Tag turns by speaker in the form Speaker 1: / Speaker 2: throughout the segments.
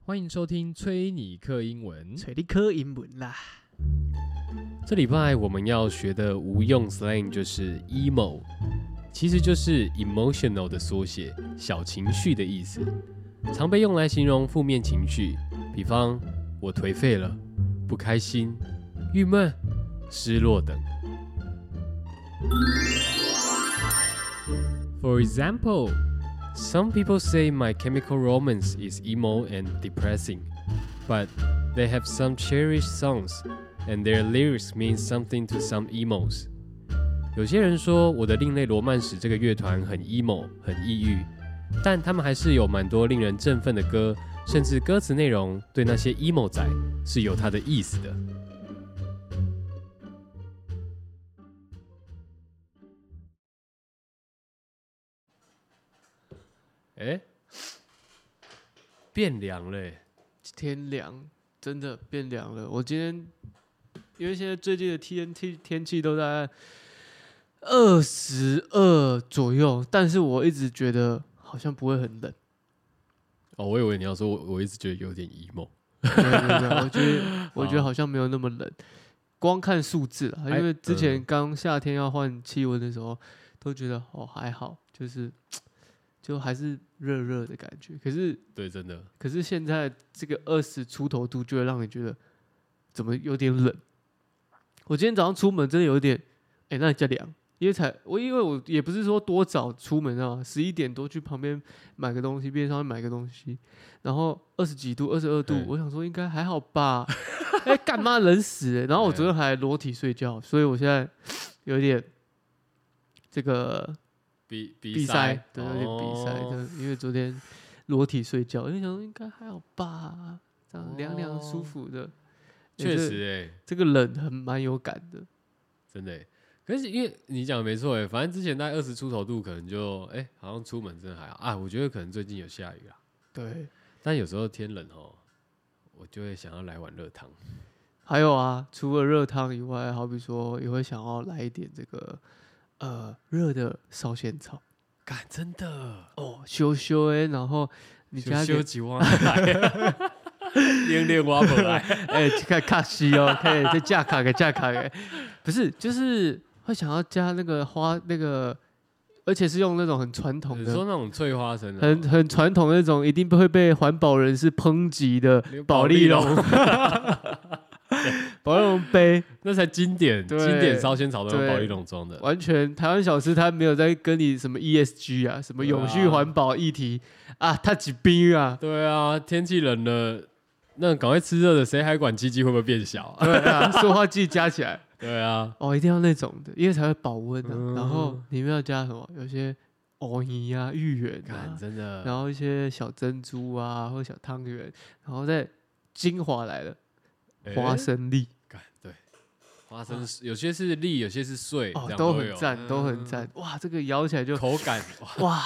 Speaker 1: 欢迎收听崔尼克英文。
Speaker 2: 找你考英文啦。
Speaker 1: 这礼拜我们要学的无用 slang 就是 emo，其实就是 emotional 的缩写，小情绪的意思，常被用来形容负面情绪，比方我颓废了、不开心、郁闷、失落等。For example, some people say My Chemical Romance is emo and depressing, but they have some cherished songs and their lyrics mean something to some emos。有些人说我的另类罗曼史这个乐团很 emo，很抑郁，但他们还是有蛮多令人振奋的歌，甚至歌词内容对那些 emo 仔是有它的意思的。哎、变凉了、欸，
Speaker 2: 天凉，真的变凉了。我今天因为现在最近的天气天气都在二十二左右，但是我一直觉得好像不会很冷。
Speaker 1: 哦，我以为你要说我，我一直觉得有点 emo。
Speaker 2: 没有没有没有我觉得我觉得好像没有那么冷。光看数字啦，
Speaker 1: 哎
Speaker 2: 因为之前
Speaker 1: 嗯
Speaker 2: 刚夏天要换气温的时候，都觉得哦还好，就是就还是热热的感觉。可是
Speaker 1: 对，真的，
Speaker 2: 可是现在这个二十出头度，就会让你觉得怎么有点冷。我今天早上出门真的有点，哎、那你加凉，因为才我因为我也不是说多早出门啊，十一点多去旁边买个东西，便利商店买个东西，然后二十几度、二十二度
Speaker 1: 嗯，
Speaker 2: 我想说应该还好吧，哎、干嘛冷死、欸？然后我昨天还裸体睡觉，所以我现在有点这个
Speaker 1: 鼻
Speaker 2: 鼻
Speaker 1: 鼻
Speaker 2: 塞
Speaker 1: 塞，，
Speaker 2: 对，有点鼻塞，
Speaker 1: 哦
Speaker 2: 真的，因为昨天裸体睡觉，因为想说应该还好吧，这样凉凉舒服的。
Speaker 1: 哦确
Speaker 2: 也是
Speaker 1: 实哎、
Speaker 2: 这个冷很蛮有感的，
Speaker 1: 真的欸、可是因为你讲的没错哎、反正之前在二十出头度，可能就哎、好像出门真的还好啊。我觉得可能最近有下雨啦，啊
Speaker 2: 对。
Speaker 1: 但有时候天冷哦，我就会想要来碗热汤。
Speaker 2: 还有啊，除了热汤以外，好比说也会想要来一点这个呃热的烧仙草
Speaker 1: 干，真的，
Speaker 2: 哦，修修哎，然后你加一
Speaker 1: 休
Speaker 2: 点
Speaker 1: 几万来， 连连挖不 来。
Speaker 2: 哎，看卡西哦，可以再架卡给架卡给，不是就是会想要加那个花那个，而且是用那种很传统
Speaker 1: 你
Speaker 2: 的
Speaker 1: 说那种脆花生、啊，
Speaker 2: 很很传统的那种，一定不会被环保人士抨击的保利龙，保利龙杯，
Speaker 1: 那才经典，经
Speaker 2: 对
Speaker 1: 典烧仙草都用
Speaker 2: 对
Speaker 1: 保利龙装的。
Speaker 2: 完全台湾小吃摊没有在跟你什么 ESG 啊，什么永续环保议题啊，他几冰啊，
Speaker 1: 对啊，天气冷了，那赶快吃热的，谁还管鸡鸡会不会变小啊？
Speaker 2: 对啊，塑化剂加起来，
Speaker 1: 对啊，
Speaker 2: 哦，一定要那种的，因为才会保温啊，
Speaker 1: 嗯
Speaker 2: 然后里面要加什么，有些藕泥啊、芋圆
Speaker 1: 看
Speaker 2: 啊，
Speaker 1: 真的，
Speaker 2: 然后一些小珍珠啊，或者小汤圆，然后再精华来了，
Speaker 1: 哎
Speaker 2: 花生粒。
Speaker 1: 干对，花生是有些是粒，有些是碎，这
Speaker 2: 哦，
Speaker 1: 样
Speaker 2: 都
Speaker 1: 会
Speaker 2: 很
Speaker 1: 有
Speaker 2: 赞，都很
Speaker 1: 嗯
Speaker 2: 赞。哇，这个咬起来就
Speaker 1: 口感哇，
Speaker 2: 哇，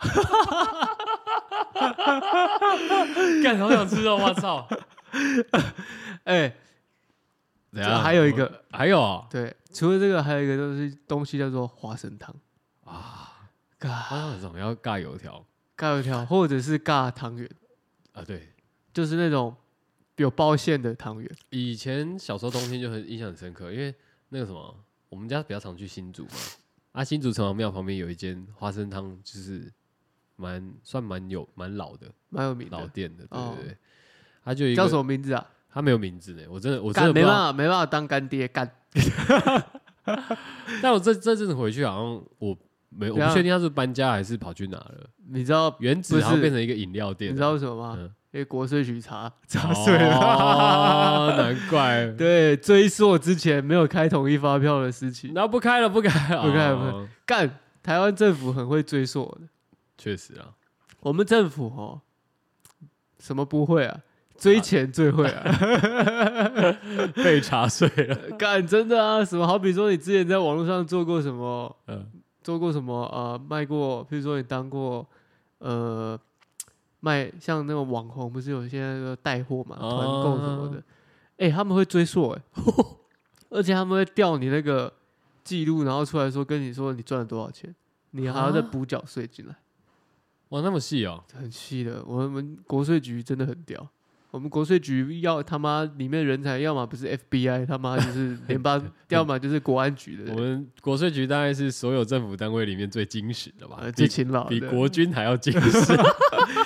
Speaker 1: 干好想吃哦，我操！
Speaker 2: 哎，
Speaker 1: 等下
Speaker 2: 还有一个，
Speaker 1: 我还有啊
Speaker 2: 对，除了这个，还有一个就是东西叫做花生汤，
Speaker 1: 啊，
Speaker 2: 尬
Speaker 1: 花生总要尬油条
Speaker 2: 尬油条，或者是尬汤圆，
Speaker 1: 啊，对。
Speaker 2: 就是那种有包馅的汤圆。
Speaker 1: 以前小时候冬天就很印象很深刻，因为那个什么，我们家比较常去新竹嘛，啊，新竹城隍庙旁边有一间花生汤，就是蛮算蛮有蛮老的
Speaker 2: 蛮有名
Speaker 1: 老
Speaker 2: 的，
Speaker 1: 店的，对
Speaker 2: 哦
Speaker 1: 对对，他就有一
Speaker 2: 叫什
Speaker 1: 个
Speaker 2: 么名字啊？
Speaker 1: 他没有名字呢，我真的我真
Speaker 2: 干
Speaker 1: 的不
Speaker 2: 没
Speaker 1: 知
Speaker 2: 办
Speaker 1: 道，
Speaker 2: 法，没办法当干爹干。
Speaker 1: 但我这这阵子回去好像我没我
Speaker 2: 怎
Speaker 1: 不
Speaker 2: 样
Speaker 1: 确定他是搬家还是跑去哪了，
Speaker 2: 你知道
Speaker 1: 原址
Speaker 2: 不
Speaker 1: 好像
Speaker 2: 是
Speaker 1: 变成一个饮料
Speaker 2: 你
Speaker 1: 店
Speaker 2: 知
Speaker 1: 了，
Speaker 2: 道为什么吗？
Speaker 1: 嗯
Speaker 2: 因为国税局查查 税 了。
Speaker 1: 哦，难怪，
Speaker 2: 对，追溯之前没有开统一发票的事情，
Speaker 1: 然后不开了不开了
Speaker 2: 不开了不开
Speaker 1: 哦
Speaker 2: 干台湾政府很会追溯的。
Speaker 1: 确实啊，
Speaker 2: 我们政府哦，什么不会啊？追钱最会啊！
Speaker 1: 被查税了，
Speaker 2: 干真的啊！什么好比说你之前在网络上做过什么，
Speaker 1: 嗯。
Speaker 2: 做过什么呃，卖过，譬如说你当过呃卖像那种网红，不是有些那个带货嘛，团购什么
Speaker 1: 哦
Speaker 2: 的，哎、他们会追溯哎、 而且他们会调你那个记录，然后出来说跟你说你赚了多少钱，你还要再
Speaker 1: 啊
Speaker 2: 补缴税进来。
Speaker 1: 哇，那么细哦，
Speaker 2: 很细的。我们国税局真的很屌，我们国税局要他妈里面人才，要么不是 FBI，他妈就是 联邦，要么就是国安局的
Speaker 1: 我
Speaker 2: 人，
Speaker 1: 们国税局大概是所有政府单位里面最精实的吧
Speaker 2: 呃，，最
Speaker 1: 比
Speaker 2: 勤劳的，
Speaker 1: 比国军还要精 实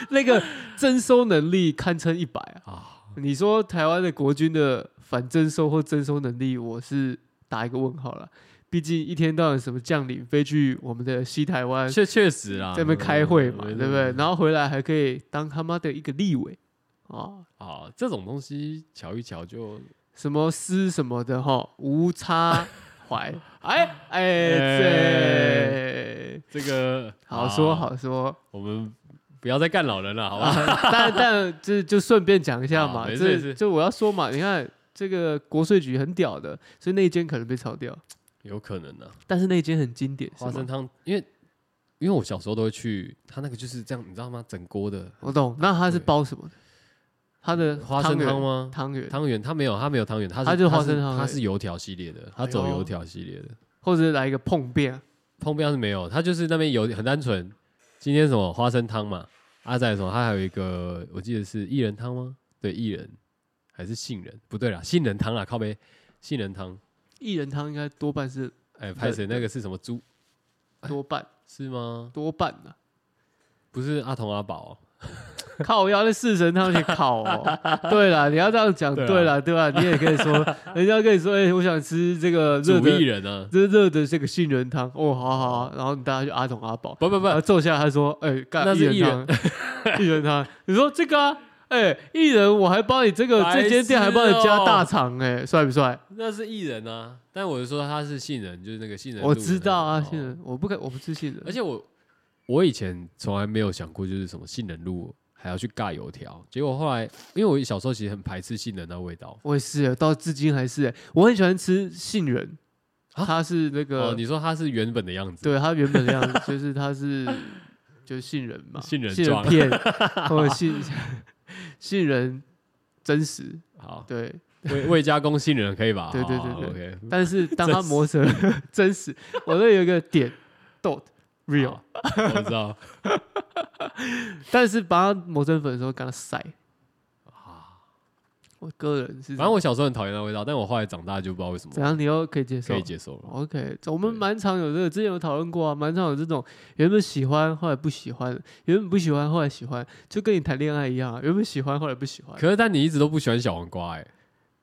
Speaker 2: 那个征收能力堪称一百啊。
Speaker 1: 啊！
Speaker 2: 你说台湾的国军的反征收或征收能力，我是打一个问号了。毕竟一天到晚什么将领飞去我们的西台湾，
Speaker 1: 确确实啊啦，
Speaker 2: 在那边开会嘛，
Speaker 1: 嗯
Speaker 2: 对不对？？然后回来还可以当他妈的一个立委啊，
Speaker 1: 啊，这种东西瞧一瞧就
Speaker 2: 什么师什么的哈，吴差怀， 哎哎这
Speaker 1: 这个
Speaker 2: 好说，好啊说，
Speaker 1: 我们不要再干老人了，好吧？
Speaker 2: 但 但这就顺便讲一下嘛
Speaker 1: 啊，没事没
Speaker 2: 这
Speaker 1: 事
Speaker 2: 这我要说嘛，你看这个国税局很屌的，所以那一间可能被炒掉，
Speaker 1: 有可能啊，
Speaker 2: 但是那一间很经典，是
Speaker 1: 花
Speaker 2: 吗
Speaker 1: 生汤，因为因为我小时候都会去，他那个就是这样，你知道吗？整锅的
Speaker 2: 我懂，那它是
Speaker 1: 对
Speaker 2: 包什么的？它的
Speaker 1: 花生
Speaker 2: 圆
Speaker 1: 汤？吗？
Speaker 2: 汤圆，
Speaker 1: 汤圆，它没有，它没有汤圆，它是
Speaker 2: 它就是花生汤
Speaker 1: 它
Speaker 2: 而已
Speaker 1: 是油条系列的，它走
Speaker 2: 哎呦
Speaker 1: 油条系列的。
Speaker 2: 或者来一个碰面，
Speaker 1: 碰边是没有，它就是那边有很单纯。今天什么花生汤嘛，阿仔什么，它还有一个我记得是薏仁汤吗？对，薏仁还是杏仁？不对啦，杏仁汤啦，啊靠背，杏仁汤。
Speaker 2: 一人汤应该多半是
Speaker 1: 哎，拍谁
Speaker 2: 对
Speaker 1: 那个是什么猪哎
Speaker 2: 多半
Speaker 1: 是吗？
Speaker 2: 多半啊呢、
Speaker 1: 不是阿童阿宝哦
Speaker 2: 靠腰那四神汤去烤哦。对了，你要这样讲，
Speaker 1: 对啊
Speaker 2: 对了，对吧？你也可以 说，人家跟你说，哎、我想吃这个
Speaker 1: 煮
Speaker 2: 热
Speaker 1: 薏
Speaker 2: 的，
Speaker 1: 仁啊？
Speaker 2: 这热的这个杏仁汤。哦，好好好，然后你大家就阿董阿宝，
Speaker 1: 不不
Speaker 2: 然
Speaker 1: 不
Speaker 2: 后，坐下来他说，哎、干
Speaker 1: 嗯那是
Speaker 2: 薏仁汤， 薏仁汤，你说这个啊。哎，薏仁，我还帮你这个
Speaker 1: 白哦
Speaker 2: 这间店还帮你
Speaker 1: 痴
Speaker 2: 加
Speaker 1: 哦
Speaker 2: 大肠，哎，帅不帅？
Speaker 1: 那是薏仁啊。但我是说它是杏仁，就是那个杏仁露
Speaker 2: 我
Speaker 1: 的那个。
Speaker 2: 知道啊，
Speaker 1: 哦
Speaker 2: 杏仁，我不敢，我不吃杏
Speaker 1: 而
Speaker 2: 仁。
Speaker 1: 且我我以前从来没有想过，就是什么杏仁露还要去尬油条。结果后来，因为我小时候其实很排斥杏仁那味道。
Speaker 2: 我也是，到至今还是，哎我很喜欢吃杏仁，
Speaker 1: 啊
Speaker 2: 它是那
Speaker 1: 哦
Speaker 2: 个，
Speaker 1: 你说它是原本的样子，
Speaker 2: 对它原本的样子，就是它是就是杏仁嘛，
Speaker 1: 杏仁
Speaker 2: 杏仁
Speaker 1: 状
Speaker 2: 片或者杏杏仁真实，
Speaker 1: 好，
Speaker 2: 对。
Speaker 1: 未未加工杏仁可以吧？
Speaker 2: 对对对
Speaker 1: 好
Speaker 2: 对
Speaker 1: ，OK，
Speaker 2: 但是当它磨成 真实，我都有一个点 dot real，
Speaker 1: 好我知 道。
Speaker 2: 但是把它磨成粉的时候，给它晒。
Speaker 1: 啊
Speaker 2: 我个人是这样，
Speaker 1: 反正我小时候很讨厌那味道，但我后来长大就不知道为什么
Speaker 2: 怎样你又可以接受
Speaker 1: 可以，接受了。
Speaker 2: OK，我们
Speaker 1: 对
Speaker 2: 蛮常有这个，之前有讨论过啊，蛮常有这种原本喜欢后来不喜欢，原本不喜欢后来喜欢，就跟你谈恋爱一样啊，原本喜欢后来不喜欢。
Speaker 1: 可是，但你一直都不喜欢小黄瓜，哎，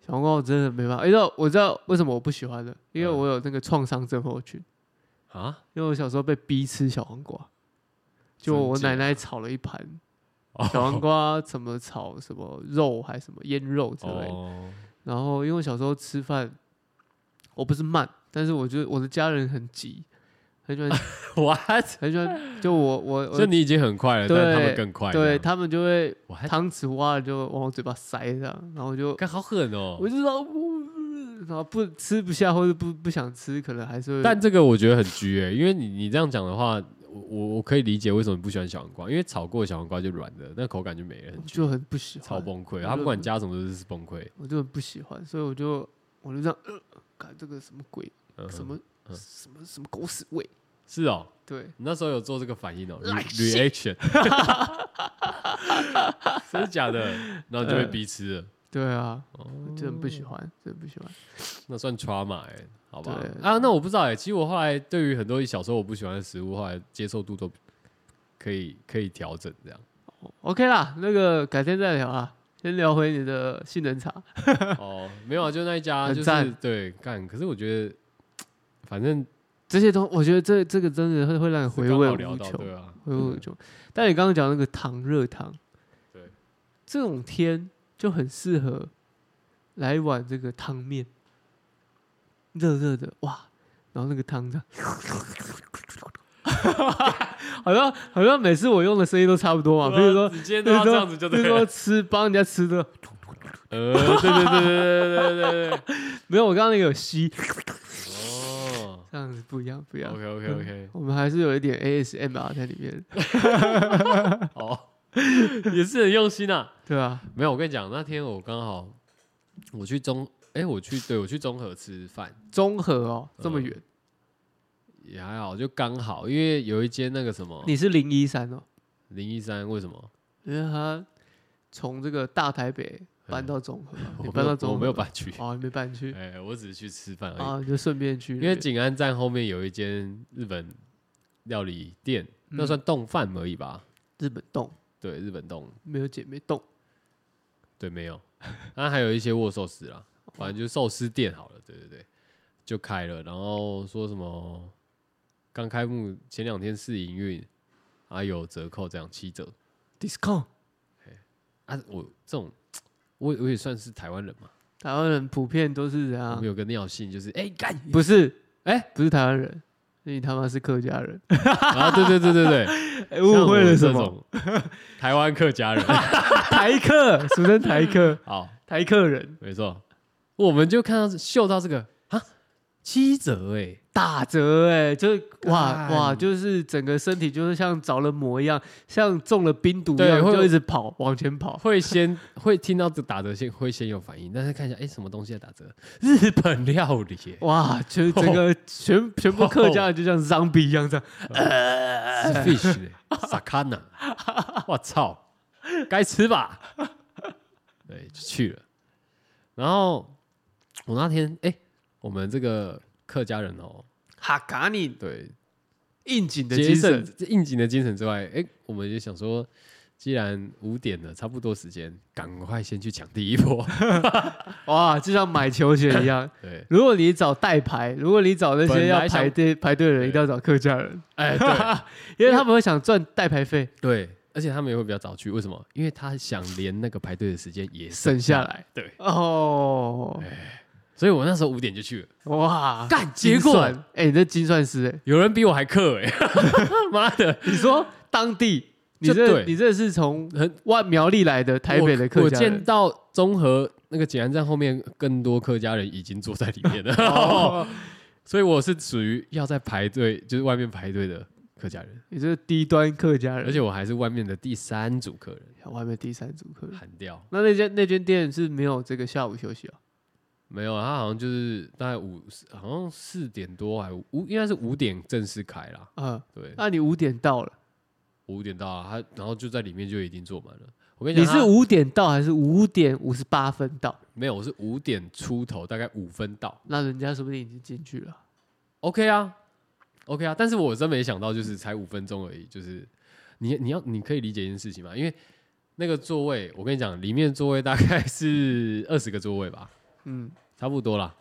Speaker 2: 小黄瓜我真的没办法，因为我知道为什么我不喜欢了，因为
Speaker 1: 嗯
Speaker 2: 我有那个创伤症候群，
Speaker 1: 啊，
Speaker 2: 因为我小时候被逼吃小黄瓜，就我
Speaker 1: 真假
Speaker 2: 奶奶炒了一盘
Speaker 1: 哦
Speaker 2: 小黄瓜，怎么炒什么肉还什么腌肉之类的，
Speaker 1: 哦，
Speaker 2: 然后因为我小时候吃饭，我不是慢，但是我觉得我的家人很急，很喜欢
Speaker 1: what？
Speaker 2: 很喜欢，就我我
Speaker 1: 所以
Speaker 2: 我
Speaker 1: 你已经很快了，
Speaker 2: 对
Speaker 1: 但他们更快。
Speaker 2: 对，他们就会
Speaker 1: 我还
Speaker 2: 汤匙挖了就往我嘴巴塞这样，然后我就
Speaker 1: 看好狠哦
Speaker 2: 我。就嗯知道，然后不吃不下或者不不想吃，可能还是会
Speaker 1: 但这个我觉得很拘诶、因为你你这样讲的话，我我我可以理解为什么你不喜欢小黄瓜，因为炒过的小黄瓜就软的，那口感就没了，很
Speaker 2: 就很不喜
Speaker 1: 超
Speaker 2: 欢，
Speaker 1: 崩溃。
Speaker 2: 就
Speaker 1: 它不管加什么都是崩溃。
Speaker 2: 我就很不喜欢，所以我就我就这样，呃，看这个什么鬼，
Speaker 1: 嗯哼
Speaker 2: 什么
Speaker 1: 嗯
Speaker 2: 什么什么狗屎味，
Speaker 1: 是哦，
Speaker 2: 对，
Speaker 1: 你那时候有做这个反应哦
Speaker 2: Like
Speaker 1: re-，reaction，真的假的？然后你就
Speaker 2: 嗯
Speaker 1: 被逼吃了，
Speaker 2: 对啊，
Speaker 1: 哦
Speaker 2: 我真的不喜欢，真的不喜欢，
Speaker 1: 那算 trauma 哎、好吧？
Speaker 2: 对
Speaker 1: 啊，那我不知道哎、其实我后来对于很多小时候我不喜欢的食物，后来接受度都可以可以调整 这样。
Speaker 2: 哦 OK 啦，那个改天再聊啊，先聊回你的杏仁茶，
Speaker 1: 哦，没有啊，就那一家，
Speaker 2: 很
Speaker 1: 就是
Speaker 2: 赞
Speaker 1: 对干。可是我觉得，反正
Speaker 2: 这些都我觉得这这个真的会会让你回
Speaker 1: 刚
Speaker 2: 味
Speaker 1: 好聊
Speaker 2: 无
Speaker 1: 到，
Speaker 2: 穷。
Speaker 1: 对啊，
Speaker 2: 会有种。但你刚刚讲那个糖热糖，
Speaker 1: 对，
Speaker 2: 这种天就很适合来一碗这个汤面，热热的哇，然后那个汤的， 好像好像每次我用的声音都差不多嘛，比如说
Speaker 1: 直接
Speaker 2: 比
Speaker 1: 都要
Speaker 2: 如
Speaker 1: 这
Speaker 2: 说
Speaker 1: 样子就
Speaker 2: 比
Speaker 1: 啊对啊
Speaker 2: 如说
Speaker 1: 了。
Speaker 2: 吃帮人家吃的，
Speaker 1: 呃，对对对对对对对对。
Speaker 2: 没有我刚刚那个有吸，
Speaker 1: 哦
Speaker 2: 这样子不一样不一样。
Speaker 1: ，OK OK OK，
Speaker 2: 我们还是有一点 ASMR 在里面，
Speaker 1: 好，哦也是很用心啊。
Speaker 2: 对吧、
Speaker 1: 没有，我跟你讲，那天我刚好我去中，哎，我去，对我去中和吃饭，
Speaker 2: 综合哦，这么
Speaker 1: 嗯
Speaker 2: 远，
Speaker 1: 也还好，就刚好，因为有一间那个什么，
Speaker 2: 你是零一三哦，
Speaker 1: 零一三为什么？
Speaker 2: 因为他从这个大台北搬到中 和嘛，
Speaker 1: 哎我
Speaker 2: 你
Speaker 1: 没
Speaker 2: 搬到
Speaker 1: 有，
Speaker 2: 中和
Speaker 1: 我没有搬去，
Speaker 2: 哦，你没搬去
Speaker 1: 哎，我只是去吃饭而已。
Speaker 2: 啊，你就顺便去那
Speaker 1: 因
Speaker 2: 边，
Speaker 1: 为景安站后面有一间日本料理店，那
Speaker 2: 嗯
Speaker 1: 算冻饭而已吧？
Speaker 2: 日本洞
Speaker 1: 对，日本冻，
Speaker 2: 没有姐妹洞，
Speaker 1: 对，没有。那还有一些握寿司啦，反正就是寿司店好了，对对对，就开了。然后说什么刚开幕前两天试营运，啊有折扣，这样七折
Speaker 2: discount。
Speaker 1: 啊。我这种我我也算是台湾人嘛，
Speaker 2: 台湾人普遍都是这
Speaker 1: 我
Speaker 2: 样
Speaker 1: 们，有个尿性就是哎 干，
Speaker 2: 不是？
Speaker 1: 哎
Speaker 2: 不是台湾人，你他妈是客家人，
Speaker 1: 啊对对对对 对，
Speaker 2: 哎
Speaker 1: 像
Speaker 2: 误
Speaker 1: 我
Speaker 2: 会了什
Speaker 1: 这
Speaker 2: 么？
Speaker 1: 种台湾客家人，
Speaker 2: 台客，俗称台 客，
Speaker 1: 好。
Speaker 2: 台客人
Speaker 1: 没错，我们就看到嗅到这个啊，七折哎、
Speaker 2: 打折哎、就是哇
Speaker 1: 干
Speaker 2: 哇，就是整个身体就是像着了魔一样，像中了冰毒一
Speaker 1: 对
Speaker 2: 样，
Speaker 1: 会
Speaker 2: 就一直跑往前跑。
Speaker 1: 会先 会听到这打折先会先有反应，但是看一下哎、诶什么东西在打折？日本料理、欸，
Speaker 2: 哇，就是整
Speaker 1: 哦
Speaker 2: 个全全部客家人就像 zombie 一样这样，
Speaker 1: 是
Speaker 2: 哎
Speaker 1: fish 嘞、s a k a n a 我操，该吃吧？对，就去了。然后我那天哎、诶我们这个客家人哦，
Speaker 2: 哈嘎你
Speaker 1: 对，
Speaker 2: 应景的
Speaker 1: 节
Speaker 2: 精
Speaker 1: 省
Speaker 2: 神，
Speaker 1: 这应景的精神之外，哎、我们也想说，既然五点了，差不多时间，赶快先去抢第一波。
Speaker 2: 哇，就像买球鞋一样。
Speaker 1: 对，
Speaker 2: 如果你找代排，如果你找那些
Speaker 1: 本
Speaker 2: 要
Speaker 1: 来想
Speaker 2: 排队排队的人，
Speaker 1: 对
Speaker 2: 一定要找客家人，
Speaker 1: 哎、对
Speaker 2: 因为他们会想赚代排费，
Speaker 1: 对，而且他们也会比较早去，为什么？因为他想连那个排队的时间也省
Speaker 2: 省下。来。
Speaker 1: 对，
Speaker 2: 哦，
Speaker 1: 所以我那时候五点就去了，
Speaker 2: 哇，
Speaker 1: 干
Speaker 2: 精
Speaker 1: 结果
Speaker 2: 算哎，你这精算师哎，
Speaker 1: 有人比我还克 哎、妈的，
Speaker 2: 你说当地，你
Speaker 1: 这
Speaker 2: 这
Speaker 1: 对
Speaker 2: 你这是从
Speaker 1: 很
Speaker 2: 万苗栗来的台北的
Speaker 1: 我
Speaker 2: 客
Speaker 1: 我
Speaker 2: 家
Speaker 1: 见
Speaker 2: 人，
Speaker 1: 到综合那个检安站后面更多客家人已经坐在里面了，
Speaker 2: 哦
Speaker 1: 所以我是属于要在排队，就是外面排队的客家 人。
Speaker 2: 你这是低端客家人，
Speaker 1: 而且我还是外面的第三组客人，
Speaker 2: 我还没有第三组客人。
Speaker 1: 喊掉
Speaker 2: 那那间那间店是没有这个下午休息啊？
Speaker 1: 没有，他好像就是大概五，好像四点多还五，应该是五点正式开啦。
Speaker 2: 嗯，
Speaker 1: 对，
Speaker 2: 那你五点到了，
Speaker 1: 五点到啊，他然后就在里面就已经坐满了。我跟讲，
Speaker 2: 你是
Speaker 1: 他
Speaker 2: 五点到还是五点五十八分到？
Speaker 1: 没有，我是五点出头，大概五分到。
Speaker 2: 那人家说不定已经进去了。
Speaker 1: OK 啊，OK 啊，但是我真没想到，就是才五分钟而已，就是你你要你可以理解一件事情嘛，因为那个座位，我跟你讲，里面座位大概是二十个座位吧，
Speaker 2: 嗯，
Speaker 1: 差不多啦。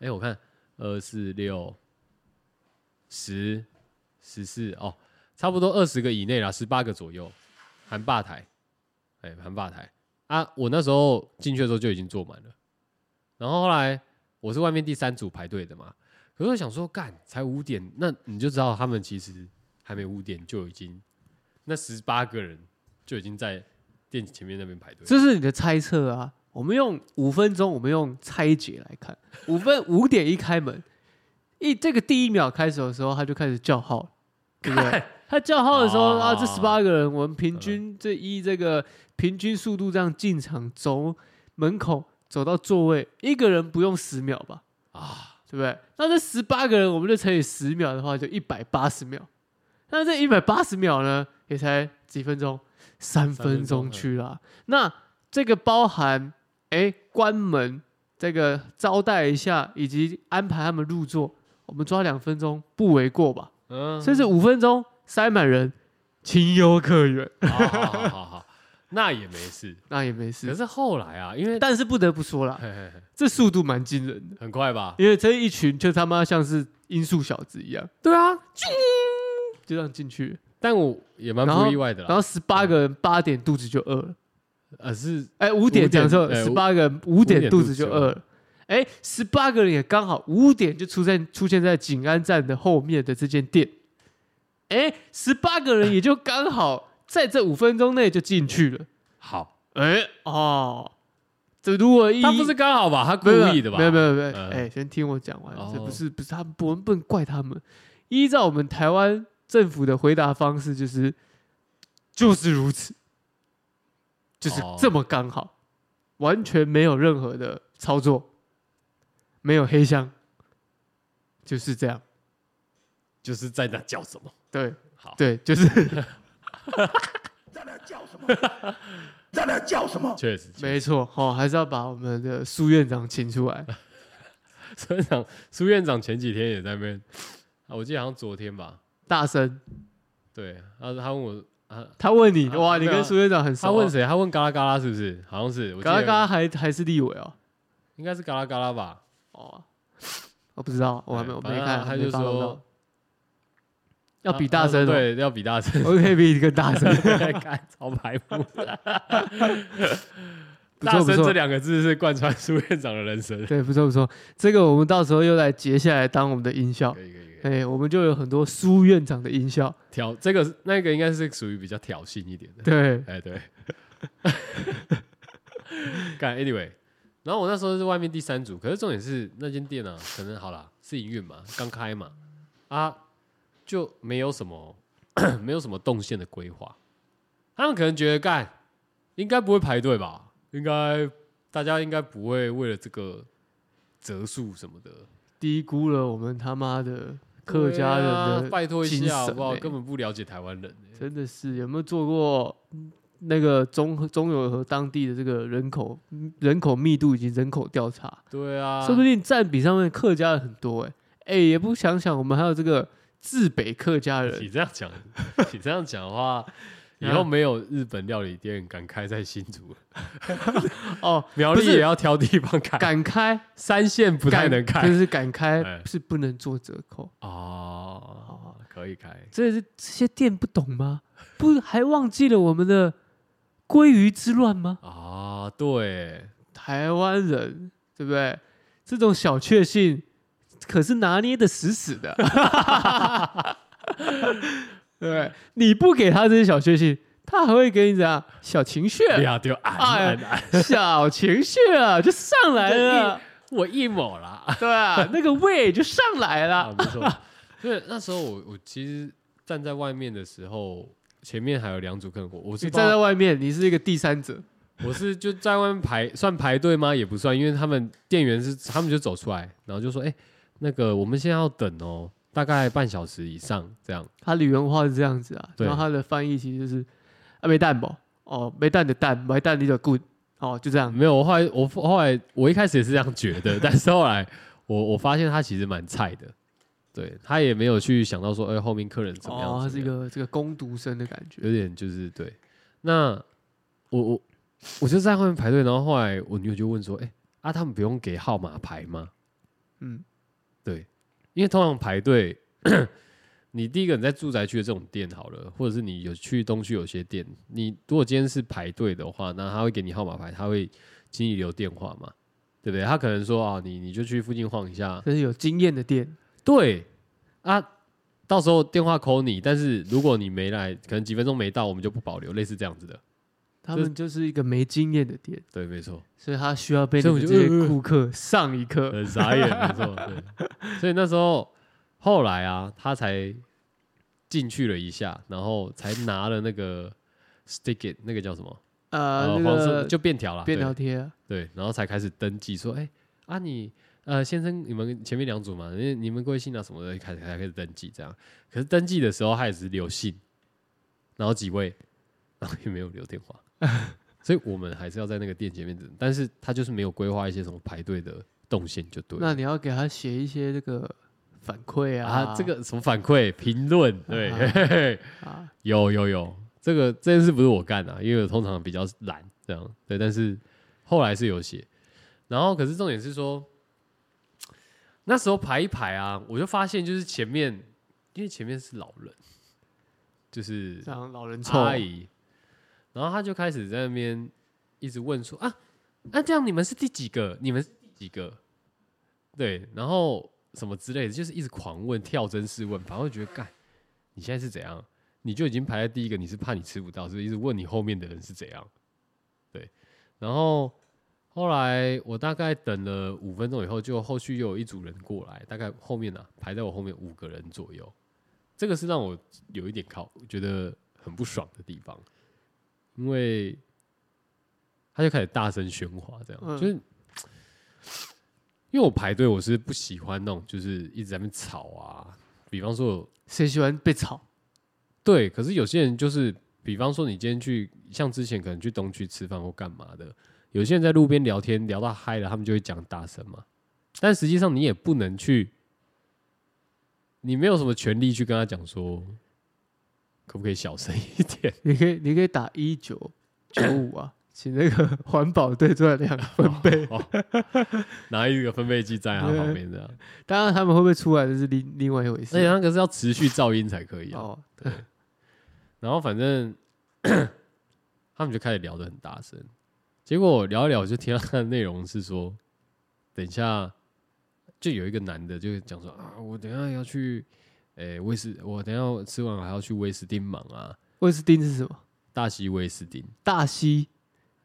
Speaker 1: 哎、我看二四六十十四哦，差不多二十个以内啦，十八个左右，含吧台，哎、含吧台啊。我那时候进去的时候就已经坐满了，然后后来我是外面第三组排队的嘛，可是我想说，干才五点，那你就知道他们其实还没五点就已经那十八个人就已经在店前面那边排队了，
Speaker 2: 这是你的猜测啊。我们用五分钟，我们用拆解来看。五分 五点一开门，一这个第一秒开始的时候，他就开始叫号了，对不对？他叫号的时候啊，
Speaker 1: 哦嗯
Speaker 2: 这十八个人，我们平均这一这个平均速度这样进场，走门口走到座位，一个人不用十秒吧？
Speaker 1: 啊，
Speaker 2: 对不对？那这十八个人，我们就乘以十秒的话，就一百八十秒。那这一百八十秒呢，也才几分钟，三分钟去啦。那这个包含哎关门，这个招待一下，以及安排他们入座，我们抓两分钟不为过吧？
Speaker 1: 嗯
Speaker 2: 甚至五分钟塞满人，情有可原，
Speaker 1: 好好好好好，那也没事。
Speaker 2: 那也没
Speaker 1: 可
Speaker 2: 事。
Speaker 1: 是后来啊，因为
Speaker 2: 但是不得不说啦，
Speaker 1: 嘿嘿嘿
Speaker 2: 这速度蛮惊人的，
Speaker 1: 很快吧？
Speaker 2: 因为这一群就他妈像是音速小子一样，
Speaker 1: 对啊，
Speaker 2: 就这样进去。
Speaker 1: 但我也蛮
Speaker 2: 然后
Speaker 1: 不意外的
Speaker 2: 然
Speaker 1: 啦。
Speaker 2: 后十八个人八点肚子就饿了，
Speaker 1: 呃，是
Speaker 2: 哎，嗯五点
Speaker 1: 五点
Speaker 2: 讲错，
Speaker 1: 哎
Speaker 2: 十
Speaker 1: 五
Speaker 2: 八个人五点
Speaker 1: 点
Speaker 2: 肚
Speaker 1: 肚
Speaker 2: 子
Speaker 1: 子
Speaker 2: 就
Speaker 1: 就
Speaker 2: 饿
Speaker 1: 饿
Speaker 2: 了，哎，十八个人也刚好五点就出现出现在景安站的后面的这间店，哎，十八个人也就刚好在这五分钟内就进去了，
Speaker 1: 好，
Speaker 2: 哎，哦，这如果一
Speaker 1: 他不是刚好吧？他故
Speaker 2: 没有
Speaker 1: 意的吧？
Speaker 2: 没有没有没有，
Speaker 1: 嗯
Speaker 2: 哎，先听我讲完，这不
Speaker 1: 哦
Speaker 2: 是不是他们，我们不能怪他们，依照我们台湾政府的回答方式就是就是如此，就是
Speaker 1: 哦
Speaker 2: 这么刚好，完全没有任何的操作，没有黑箱，就是这样，
Speaker 1: 就是在那叫什么？
Speaker 2: 对
Speaker 1: 好，
Speaker 2: 对，就是
Speaker 3: 叫什么？在那叫什么？
Speaker 1: 确实，确实
Speaker 2: 没错，好、还是要把我们的苏院长请出来。
Speaker 1: 苏院长，苏院长前几天也在那边，啊我记得好像昨天吧，
Speaker 2: 大声，
Speaker 1: 对，他他问我，他
Speaker 2: 他问你，
Speaker 1: 啊
Speaker 2: 哇，你
Speaker 1: 没有
Speaker 2: 跟苏院长很熟、
Speaker 1: 他问？谁？他问嘎啦嘎啦是不是？好像是，我记
Speaker 2: 嘎啦
Speaker 1: 得
Speaker 2: 嘎啦还还是立委哦。
Speaker 1: 应该是嘎啦嘎啦吧，
Speaker 2: 哦，我不知道，我还没有我
Speaker 1: 哎反
Speaker 2: 没
Speaker 1: 正
Speaker 2: 看，
Speaker 1: 他
Speaker 2: 没
Speaker 1: 就
Speaker 2: follow
Speaker 1: 说
Speaker 2: 到要比大
Speaker 1: 他
Speaker 2: 声、哦，
Speaker 1: 他说，对，要比大 声，
Speaker 2: 我可以比你更大声。
Speaker 1: 干超白目。
Speaker 2: 不
Speaker 1: 大
Speaker 2: 错不
Speaker 1: 声这
Speaker 2: 错，
Speaker 1: 两个字是贯穿苏院长的人生。
Speaker 2: 对，不错不错，这个我们到时候又来截下来当我们的音效
Speaker 1: 可，以可以可以，
Speaker 2: 哎、我们就有很多苏院长的音效，
Speaker 1: 挑这个是那个应该是属于比较挑衅一点的。
Speaker 2: 对，
Speaker 1: 哎对， 干 anyway，然后我那时候是外面第三组，可是重点是那间店啊，可能好啦，是营运嘛，刚开嘛，啊就没有什么 没有什么动线的规划，他们可能觉得干应该不会排队吧，应该大家应该不会为了这个折数什么的，
Speaker 2: 低估了我们他妈的客家人
Speaker 1: 对
Speaker 2: 的
Speaker 1: 啊，拜托一
Speaker 2: 精神
Speaker 1: 下好不好？
Speaker 2: 欸
Speaker 1: 根本不了解台湾人、欸，
Speaker 2: 真的是有没有做过嗯那个中和中友和当地的这个人口嗯人口密度以及人口调查，
Speaker 1: 对啊，
Speaker 2: 说不定占比上面客家人很多哎、哎、也不想想我们还有这个自北客家
Speaker 1: 你
Speaker 2: 人，
Speaker 1: 这样 讲，你这样讲的话，以后没有日本料理店敢开在新竹了，
Speaker 2: 哦，
Speaker 1: 苗栗
Speaker 2: 不是
Speaker 1: 也要挑地方开，
Speaker 2: 敢开
Speaker 1: 三线 不
Speaker 2: 不
Speaker 1: 太能开
Speaker 2: 就是敢
Speaker 1: 哎
Speaker 2: 开是不能做折扣。
Speaker 1: 哦，可以开，
Speaker 2: 这是这些店不懂吗？不还忘记了我们的鲑鱼之乱吗？
Speaker 1: 啊，对，
Speaker 2: 台湾人对不对？这种小确幸可是拿捏的死死的， 对不对？你不给他这些小确幸，他还会给你怎样？小情绪，
Speaker 1: 俩丢
Speaker 2: 哎
Speaker 1: 俺俺俺，
Speaker 2: 小情绪啊，就上来了，
Speaker 1: 我一抹啦，
Speaker 2: 对啊，那个味就上来
Speaker 1: 啊，
Speaker 2: 了。
Speaker 1: 不错。对，那时候我我其实站在外面的时候，前面还有两组客人，我我
Speaker 2: 你
Speaker 1: 是
Speaker 2: 站在
Speaker 1: 在
Speaker 2: 外面，你是一个第三者，
Speaker 1: 我是就在外面排，算排队吗？也不算，因为他们店员是他们就走出来，然后就说：“哎、那个我们现在要等哦，大概半小时以上这样。
Speaker 2: 他的原话是这样子啊，
Speaker 1: 对
Speaker 2: 然后他的翻译其实就是啊没蛋不，哦没蛋的蛋，没蛋你的 good，哦就这”样。
Speaker 1: 没有，我后来我后来我一开始也是这样觉得， 但是后来我我发现他其实蛮菜的，对他也没有去想到说，哎、后面客人怎么样
Speaker 2: 哦，他
Speaker 1: 怎么
Speaker 2: 是一
Speaker 1: 样
Speaker 2: 个这个攻读生的感觉。
Speaker 1: 有点就是对。那我我我就在后面排队，然后后来我女友就问说：“哎、啊，他们不用给号码牌吗？”
Speaker 2: 嗯，
Speaker 1: 对，因为通常排队， 你第一个你在住宅区的这种店好了，或者是你有去东区有些店，你如果今天是排队的话，那他会给你号码牌，他会请你留电话嘛，对不对？他可能说啊，你你就去附近晃一下，
Speaker 2: 这是有经验的店，
Speaker 1: 对啊，到时候电话 call 你，但是如果你没来，可能几分钟没到，我们就不保留，类似这样子的。
Speaker 2: 他们就是一个没经验的店，
Speaker 1: 对，没错，
Speaker 2: 所以他需要被你
Speaker 1: 所以我
Speaker 2: 们这
Speaker 1: 就呃
Speaker 2: 些
Speaker 1: 呃
Speaker 2: 顾客上一课。
Speaker 1: 很傻眼，没错。对，所以那时候后来啊，他才进去了一下，然后才拿了那个 stick it，那个叫什么？
Speaker 2: 呃，那
Speaker 1: 黄色
Speaker 2: 个
Speaker 1: 哦就便条啦，
Speaker 2: 便
Speaker 1: 对
Speaker 2: 条贴啊，
Speaker 1: 对，然后才开始登记说，哎、啊你呃先生，你们前面两组嘛，你你们贵姓啊什么的，开始才开始登记这样。可是登记的时候，他也只是留姓，然后几位， 然后也没有留电话，所以我们还是要在那个店前面等。但是他就是没有规划一些什么排队的动线，就对了
Speaker 2: 那你要给他写一些这个反馈啊
Speaker 1: 啊，，这个什么反馈评论，对，
Speaker 2: 啊
Speaker 1: 嘿嘿
Speaker 2: 啊，
Speaker 1: 有有有，这个这件事不是我干的、啊因为我通常比较懒这样，对，但是后来是有写，然后可是重点是说，那时候排一排啊，我就发现就是前面，因为前面是老人，就是
Speaker 2: 让老人臭。
Speaker 1: 阿姨，然后他就开始在那边一直问说啊，那、这样你们是第几个？你们是第几个？对，然后什么之类的，就是一直狂问，跳针式问，反而会觉得干，你现在是怎样？你就已经排在第一个，你是怕你吃不到，所以一直问你后面的人是怎样？对，然后后来我大概等了五分钟以后，就后续又有一组人过来，大概后面呢、啊、排在我后面五个人左右，这个是让我有一点靠，觉得很不爽的地方，因为他就开始大声喧哗，这样、
Speaker 2: 嗯
Speaker 1: 就是。因为我排队，我是不喜欢那种就是一直在那边吵啊。比方说，
Speaker 2: 谁喜欢被吵？
Speaker 1: 对，可是有些人就是，比方说你今天去，像之前可能去东区吃饭或干嘛的，有些人在路边聊天聊到嗨了，他们就会讲大声嘛。但实际上你也不能去，你没有什么权利去跟他讲说，可不可以小声一点？
Speaker 2: 你可以你可以打一九九五 啊，请那个环保队做两个分贝。
Speaker 1: 哦，拿一个分贝器站在他旁边这样，
Speaker 2: 当然他们会不会出来这是另另外一回
Speaker 1: 而且
Speaker 2: 事。
Speaker 1: 那个是要持续噪音才可以啊。
Speaker 2: 哦，
Speaker 1: 然后反正 他们就开始聊得很大声，结果我聊一聊，我就听到他的内容是说，等一下就有一个男的就讲说啊，我等一下要去，诶、威斯，我等一下吃完还要去威斯汀忙啊，
Speaker 2: 威斯汀是什么？
Speaker 1: 大西威斯汀，
Speaker 2: 大溪，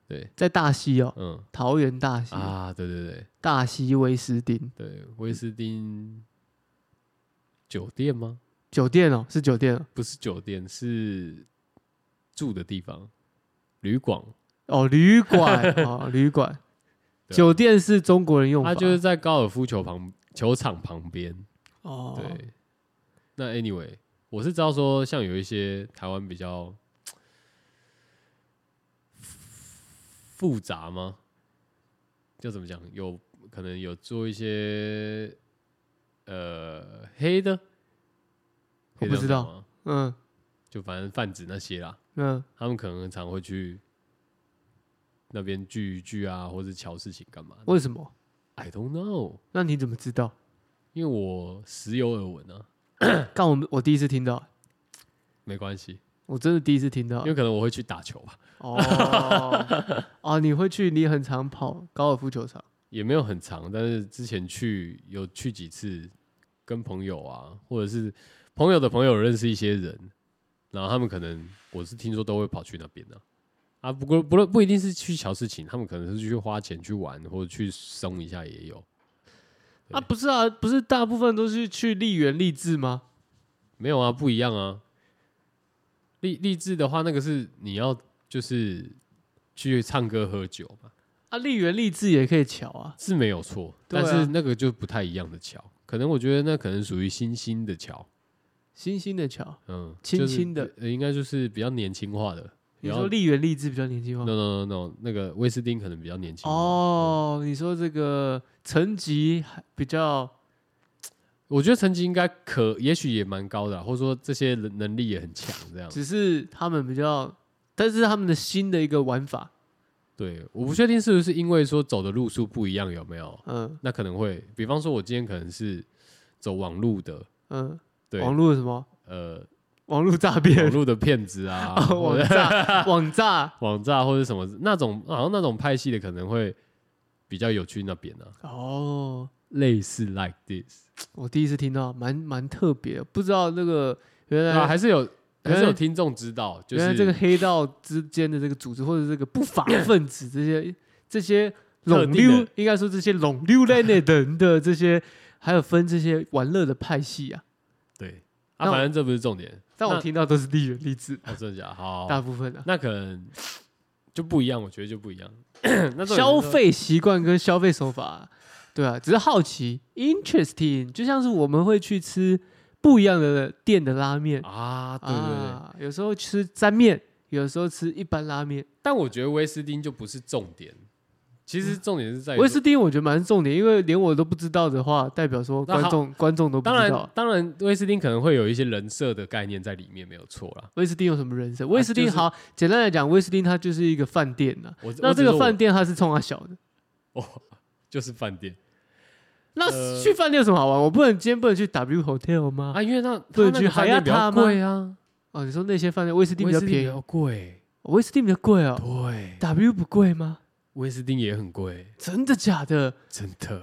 Speaker 1: 对，
Speaker 2: 在大溪哦，
Speaker 1: 嗯
Speaker 2: 桃园大溪，
Speaker 1: 啊，对对对
Speaker 2: 大溪威斯汀
Speaker 1: 对，威斯汀酒店吗？
Speaker 2: 酒店哦，是酒店哦，
Speaker 1: 不是酒店，是住的地方，旅馆。
Speaker 2: 哦，旅馆 哦，旅馆，
Speaker 1: 对啊
Speaker 2: 酒店是中国人用法，
Speaker 1: 他就是在高尔夫球旁球场旁边，
Speaker 2: 哦，
Speaker 1: 对，那 anyway，我是知道说，像有一些台湾比较复杂吗？就怎么讲，有可能有做一些呃黑的，可以这
Speaker 2: 我不
Speaker 1: 样
Speaker 2: 知
Speaker 1: 讲
Speaker 2: 道
Speaker 1: 吗，
Speaker 2: 嗯
Speaker 1: 就反正贩子那些啦，
Speaker 2: 嗯，
Speaker 1: 他们可能常会去那边聚一聚啊，或者瞧事情干嘛的。
Speaker 2: 为什么？
Speaker 1: I don't know，
Speaker 2: 那你怎么知道？
Speaker 1: 因为我时有耳闻啊，
Speaker 2: 但我们我第一次听到，
Speaker 1: 没关系，
Speaker 2: 我真的第一次听到
Speaker 1: 因为，可能我会去打球吧。
Speaker 2: 哦哦，你会去，你很常跑高尔夫球场，
Speaker 1: 也没有很长，但是之前去有去几次，跟朋友啊，或者是朋友的朋友认识一些人，然后他们可能我是听说都会跑去那边的、啊。不过不论不一定是去瞧事情，他们可能是去花钱去玩，或者去松一下也有。
Speaker 2: 啊，不是啊，不是大部分都是去丽园励志吗？
Speaker 1: 没有啊，不一样啊。励励志的话，那个是你要就是去唱歌喝酒嘛，
Speaker 2: 啊，丽园励志也可以巧啊，
Speaker 1: 是没有错，
Speaker 2: 对啊
Speaker 1: 但是那个就不太一样的桥，可能我觉得那可能属于新兴的桥。
Speaker 2: 星星的巧，
Speaker 1: 嗯，
Speaker 2: 轻
Speaker 1: 就是
Speaker 2: 轻的
Speaker 1: 呃应该就是比较年轻化的。
Speaker 2: 你
Speaker 1: 然
Speaker 2: 说
Speaker 1: 后
Speaker 2: 丽园励志比较年轻化
Speaker 1: no no no no，那个威斯汀可能比较年轻化。
Speaker 2: 哦，你说这个层级还比较
Speaker 1: 我觉得成绩应该可，也许也蛮高的啊，或者说这些能能力也很强，这样。
Speaker 2: 只是他们比较，但是他们的新的一个玩法，
Speaker 1: 对，我不确定是不是因为说走的路数不一样，有没有？
Speaker 2: 嗯
Speaker 1: 那可能会，比方说，我今天可能是走网路的，
Speaker 2: 嗯，
Speaker 1: 对，
Speaker 2: 网络什么
Speaker 1: 呃，
Speaker 2: 网络诈
Speaker 1: 网
Speaker 2: 骗、，
Speaker 1: 路的骗子啊
Speaker 2: 哦网
Speaker 1: 或者
Speaker 2: 诈、网诈，
Speaker 1: 网炸或者什么那种，好像那种派系的可能会比较有趣那边啊，
Speaker 2: 哦，
Speaker 1: 类似 like this。
Speaker 2: 我第一次听到，蛮蛮特别的，不知道那个原
Speaker 1: 对啊，
Speaker 2: 来
Speaker 1: 还是有还
Speaker 2: 原来
Speaker 1: 是有听众知道，就
Speaker 2: 原来
Speaker 1: 是
Speaker 2: 这个黑道之间的这个组织，或者这个不法分子这些这些
Speaker 1: 特
Speaker 2: 拢
Speaker 1: 定的
Speaker 2: 溜，应该说这些拢溜类的人的这些，还有分这些玩乐的派系啊。
Speaker 1: 对
Speaker 2: 那
Speaker 1: 啊，
Speaker 2: 我
Speaker 1: 反正这不是重点。
Speaker 2: 但我
Speaker 1: 那
Speaker 2: 听到都是地缘励志，
Speaker 1: 哦，真的假的？好，
Speaker 2: 大部分啊，
Speaker 1: 那可哦能就不一样，我觉得就不一样。 那重点是
Speaker 2: 消
Speaker 1: 说
Speaker 2: 费习惯跟消费手法啊、对啊，只是好奇，interesting，就像是我们会去吃不一样的店的拉面，
Speaker 1: 啊，对对对。
Speaker 2: 啊，有时候吃沾面，有时候吃一般拉面。
Speaker 1: 但我觉得威斯汀就不是重点，其实重点是在于
Speaker 2: 嗯威
Speaker 1: 说
Speaker 2: 斯汀我觉得蛮重点，因为连我都不知道的话，代表说
Speaker 1: 那好
Speaker 2: 观众观众都不
Speaker 1: 当
Speaker 2: 知
Speaker 1: 然
Speaker 2: 道。
Speaker 1: 当然威斯汀可能会有一些人设的概念在里面，没有错啦。
Speaker 2: 威斯汀有什么人生？威斯
Speaker 1: 啊
Speaker 2: 汀
Speaker 1: 就是
Speaker 2: 好，简单来讲，威斯汀它就是一个饭店呐、
Speaker 1: 我
Speaker 2: 那这个饭
Speaker 1: 饭
Speaker 2: 店它是冲它小的，
Speaker 1: 就是饭店
Speaker 2: 那
Speaker 1: 呃
Speaker 2: 去饭店有什么好玩？我不能今天不能去 W Hotel 吗？
Speaker 1: 啊，因为那他
Speaker 2: 对
Speaker 1: 那
Speaker 2: 去
Speaker 1: 个
Speaker 2: 海
Speaker 1: 饭
Speaker 2: 亚
Speaker 1: 店比较
Speaker 2: 塔吗
Speaker 1: 贵啊，
Speaker 2: 哦，你说那些饭店威斯汀
Speaker 1: 威
Speaker 2: 比较
Speaker 1: 斯汀比
Speaker 2: 便宜，哦
Speaker 1: 较贵，
Speaker 2: 威斯汀比较贵哦
Speaker 1: 对，
Speaker 2: ，W 不贵吗？
Speaker 1: 威斯汀也很贵，
Speaker 2: 真的假的？
Speaker 1: 真的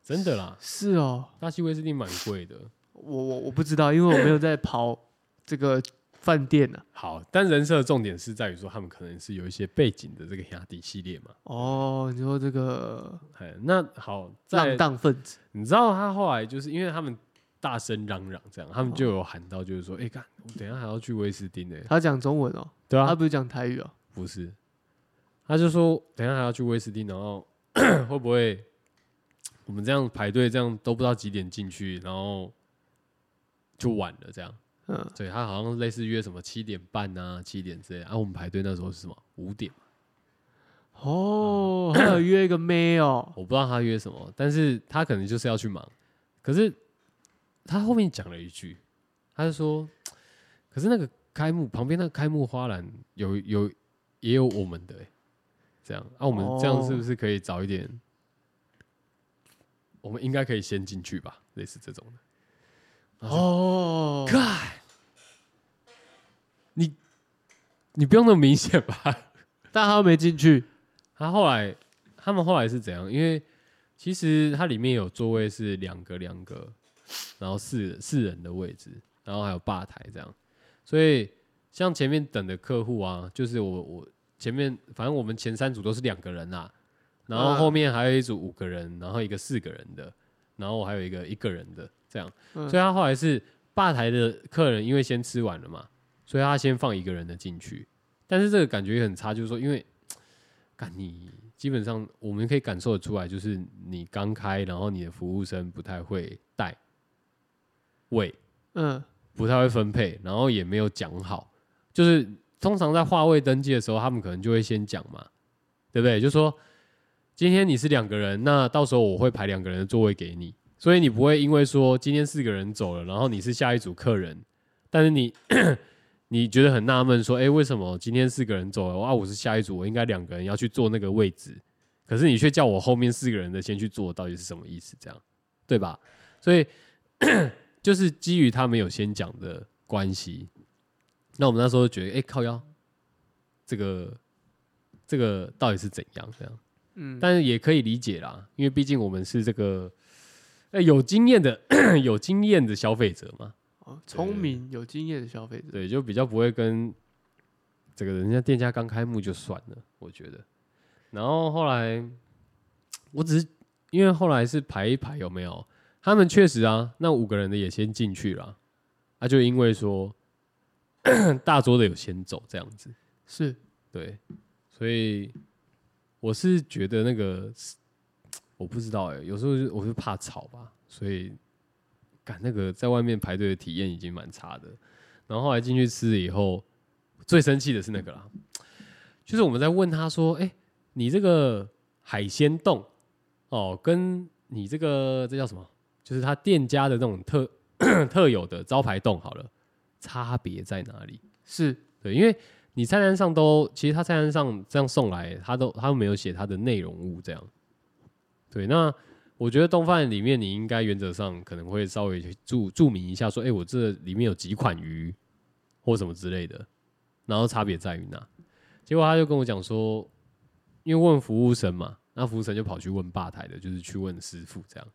Speaker 1: 真的啦。
Speaker 2: 是哦，
Speaker 1: 大西威士忌蛮贵的，
Speaker 2: 我我我不知道，因为我没有在跑这个饭店呐、
Speaker 1: 好，但人设的重点是在于说他们可能是有一些背景的这个雅迪系列嘛。
Speaker 2: 哦，你说这个
Speaker 1: 哎，那好，
Speaker 2: 浪
Speaker 1: 在
Speaker 2: 荡分子，
Speaker 1: 你知道他后来就是因为他们大声嚷嚷这样，他们就有喊到就是说，哎、看我等一下还要去威斯汀呢、
Speaker 2: 他讲中文哦，
Speaker 1: 对
Speaker 2: 他
Speaker 1: 啊，
Speaker 2: 不是讲台语哦。
Speaker 1: 不是，他就说等一下还要去威斯汀，然后 会不会我们这样排队这样都不知道几点进去，然后就晚了这样。
Speaker 2: 嗯，
Speaker 1: 对他好像类似约什么七点半啊、七点之类的啊。我们排队那时候是什么五点，
Speaker 2: 哦，还有约一个妹哦，
Speaker 1: 我不知道他约什么，但是他可能就是要去忙。可是他后面讲了一句，他就说，可是那个开幕旁边那个开幕花篮有有也有我们的、欸，这样啊，我们这样是不是可以早一点？我们应该可以先进去吧，类似这种的。
Speaker 2: 嗯哦，
Speaker 1: God，你你不用那么明显吧？
Speaker 2: 但他又没进去，
Speaker 1: 他后来，他们后来是怎样？因为其实它里面有座位是两个两个，然后四四人的位置，然后还有吧台这样。所以像前面等的客户啊，就是我我前面反正我们前三组都是两个人啦、然后
Speaker 2: 啊
Speaker 1: 后面还有一组五个人，然后一个四个人的，然后我还有一个一个人的这样。
Speaker 2: 嗯
Speaker 1: 所以他后来是吧台的客人，因为先吃完了嘛，所以他先放一个人的进去。但是这个感觉也很差，就是说，因为干你基本上我们可以感受得出来，就是你刚开，然后你的服务生不太会带位，
Speaker 2: 嗯，
Speaker 1: 不太会分配，然后也没有讲好。就是通常在话位登记的时候，他们可能就会先讲嘛，对不对？就说今天你是两个人，那到时候我会排两个人的座位给你，所以你不会因为说今天四个人走了，然后你是下一组客人，但是你 你觉得很纳闷，说，哎，为什么今天四个人走了，哇，我是下一组，我应该两个人要去坐那个位置，可是你却叫我后面四个人的先去坐，到底是什么意思？这样，对吧？所以就是基于他们有先讲的关系，那我们那时候就觉得，哎、靠腰，这个这个到底是怎样这样？嗯，但是也可以理解啦，因为毕竟我们是这个，哎、有经验的 有经验的消费者嘛，
Speaker 2: 哦聪明有经验的消费者，
Speaker 1: 对，就比较不会跟这个人家店家刚开幕就算了，我觉得。然后后来，我只是因为后来是排一排有没有？他们确实啊，那五个人的也先进去了，啊，就因为说 大桌的有先走这样子，
Speaker 2: 是
Speaker 1: 对，所以我是觉得那个我不知道哎、有时候就我是怕吵吧，所以赶那个在外面排队的体验已经蛮差的。然后后来进去吃了以后，最生气的是那个啦，就是我们在问他说：“哎、你这个海鲜冻哦，跟你这个这叫什么？就是他店家的那种特 特有的招牌冻好了，差别在哪里？”
Speaker 2: 是，
Speaker 1: 对，因为你菜单上都，其实他菜单上这样送来，他都他都没有写它的内容物这样。对，那我觉得东饭里面你应该原则上可能会稍微去注注明一下，说，哎、我这里面有几款鱼或什么之类的，然后差别在于哪？结果他就跟我讲说，因为问服务生嘛，那服务生就跑去问吧台的，就是去问师傅这样，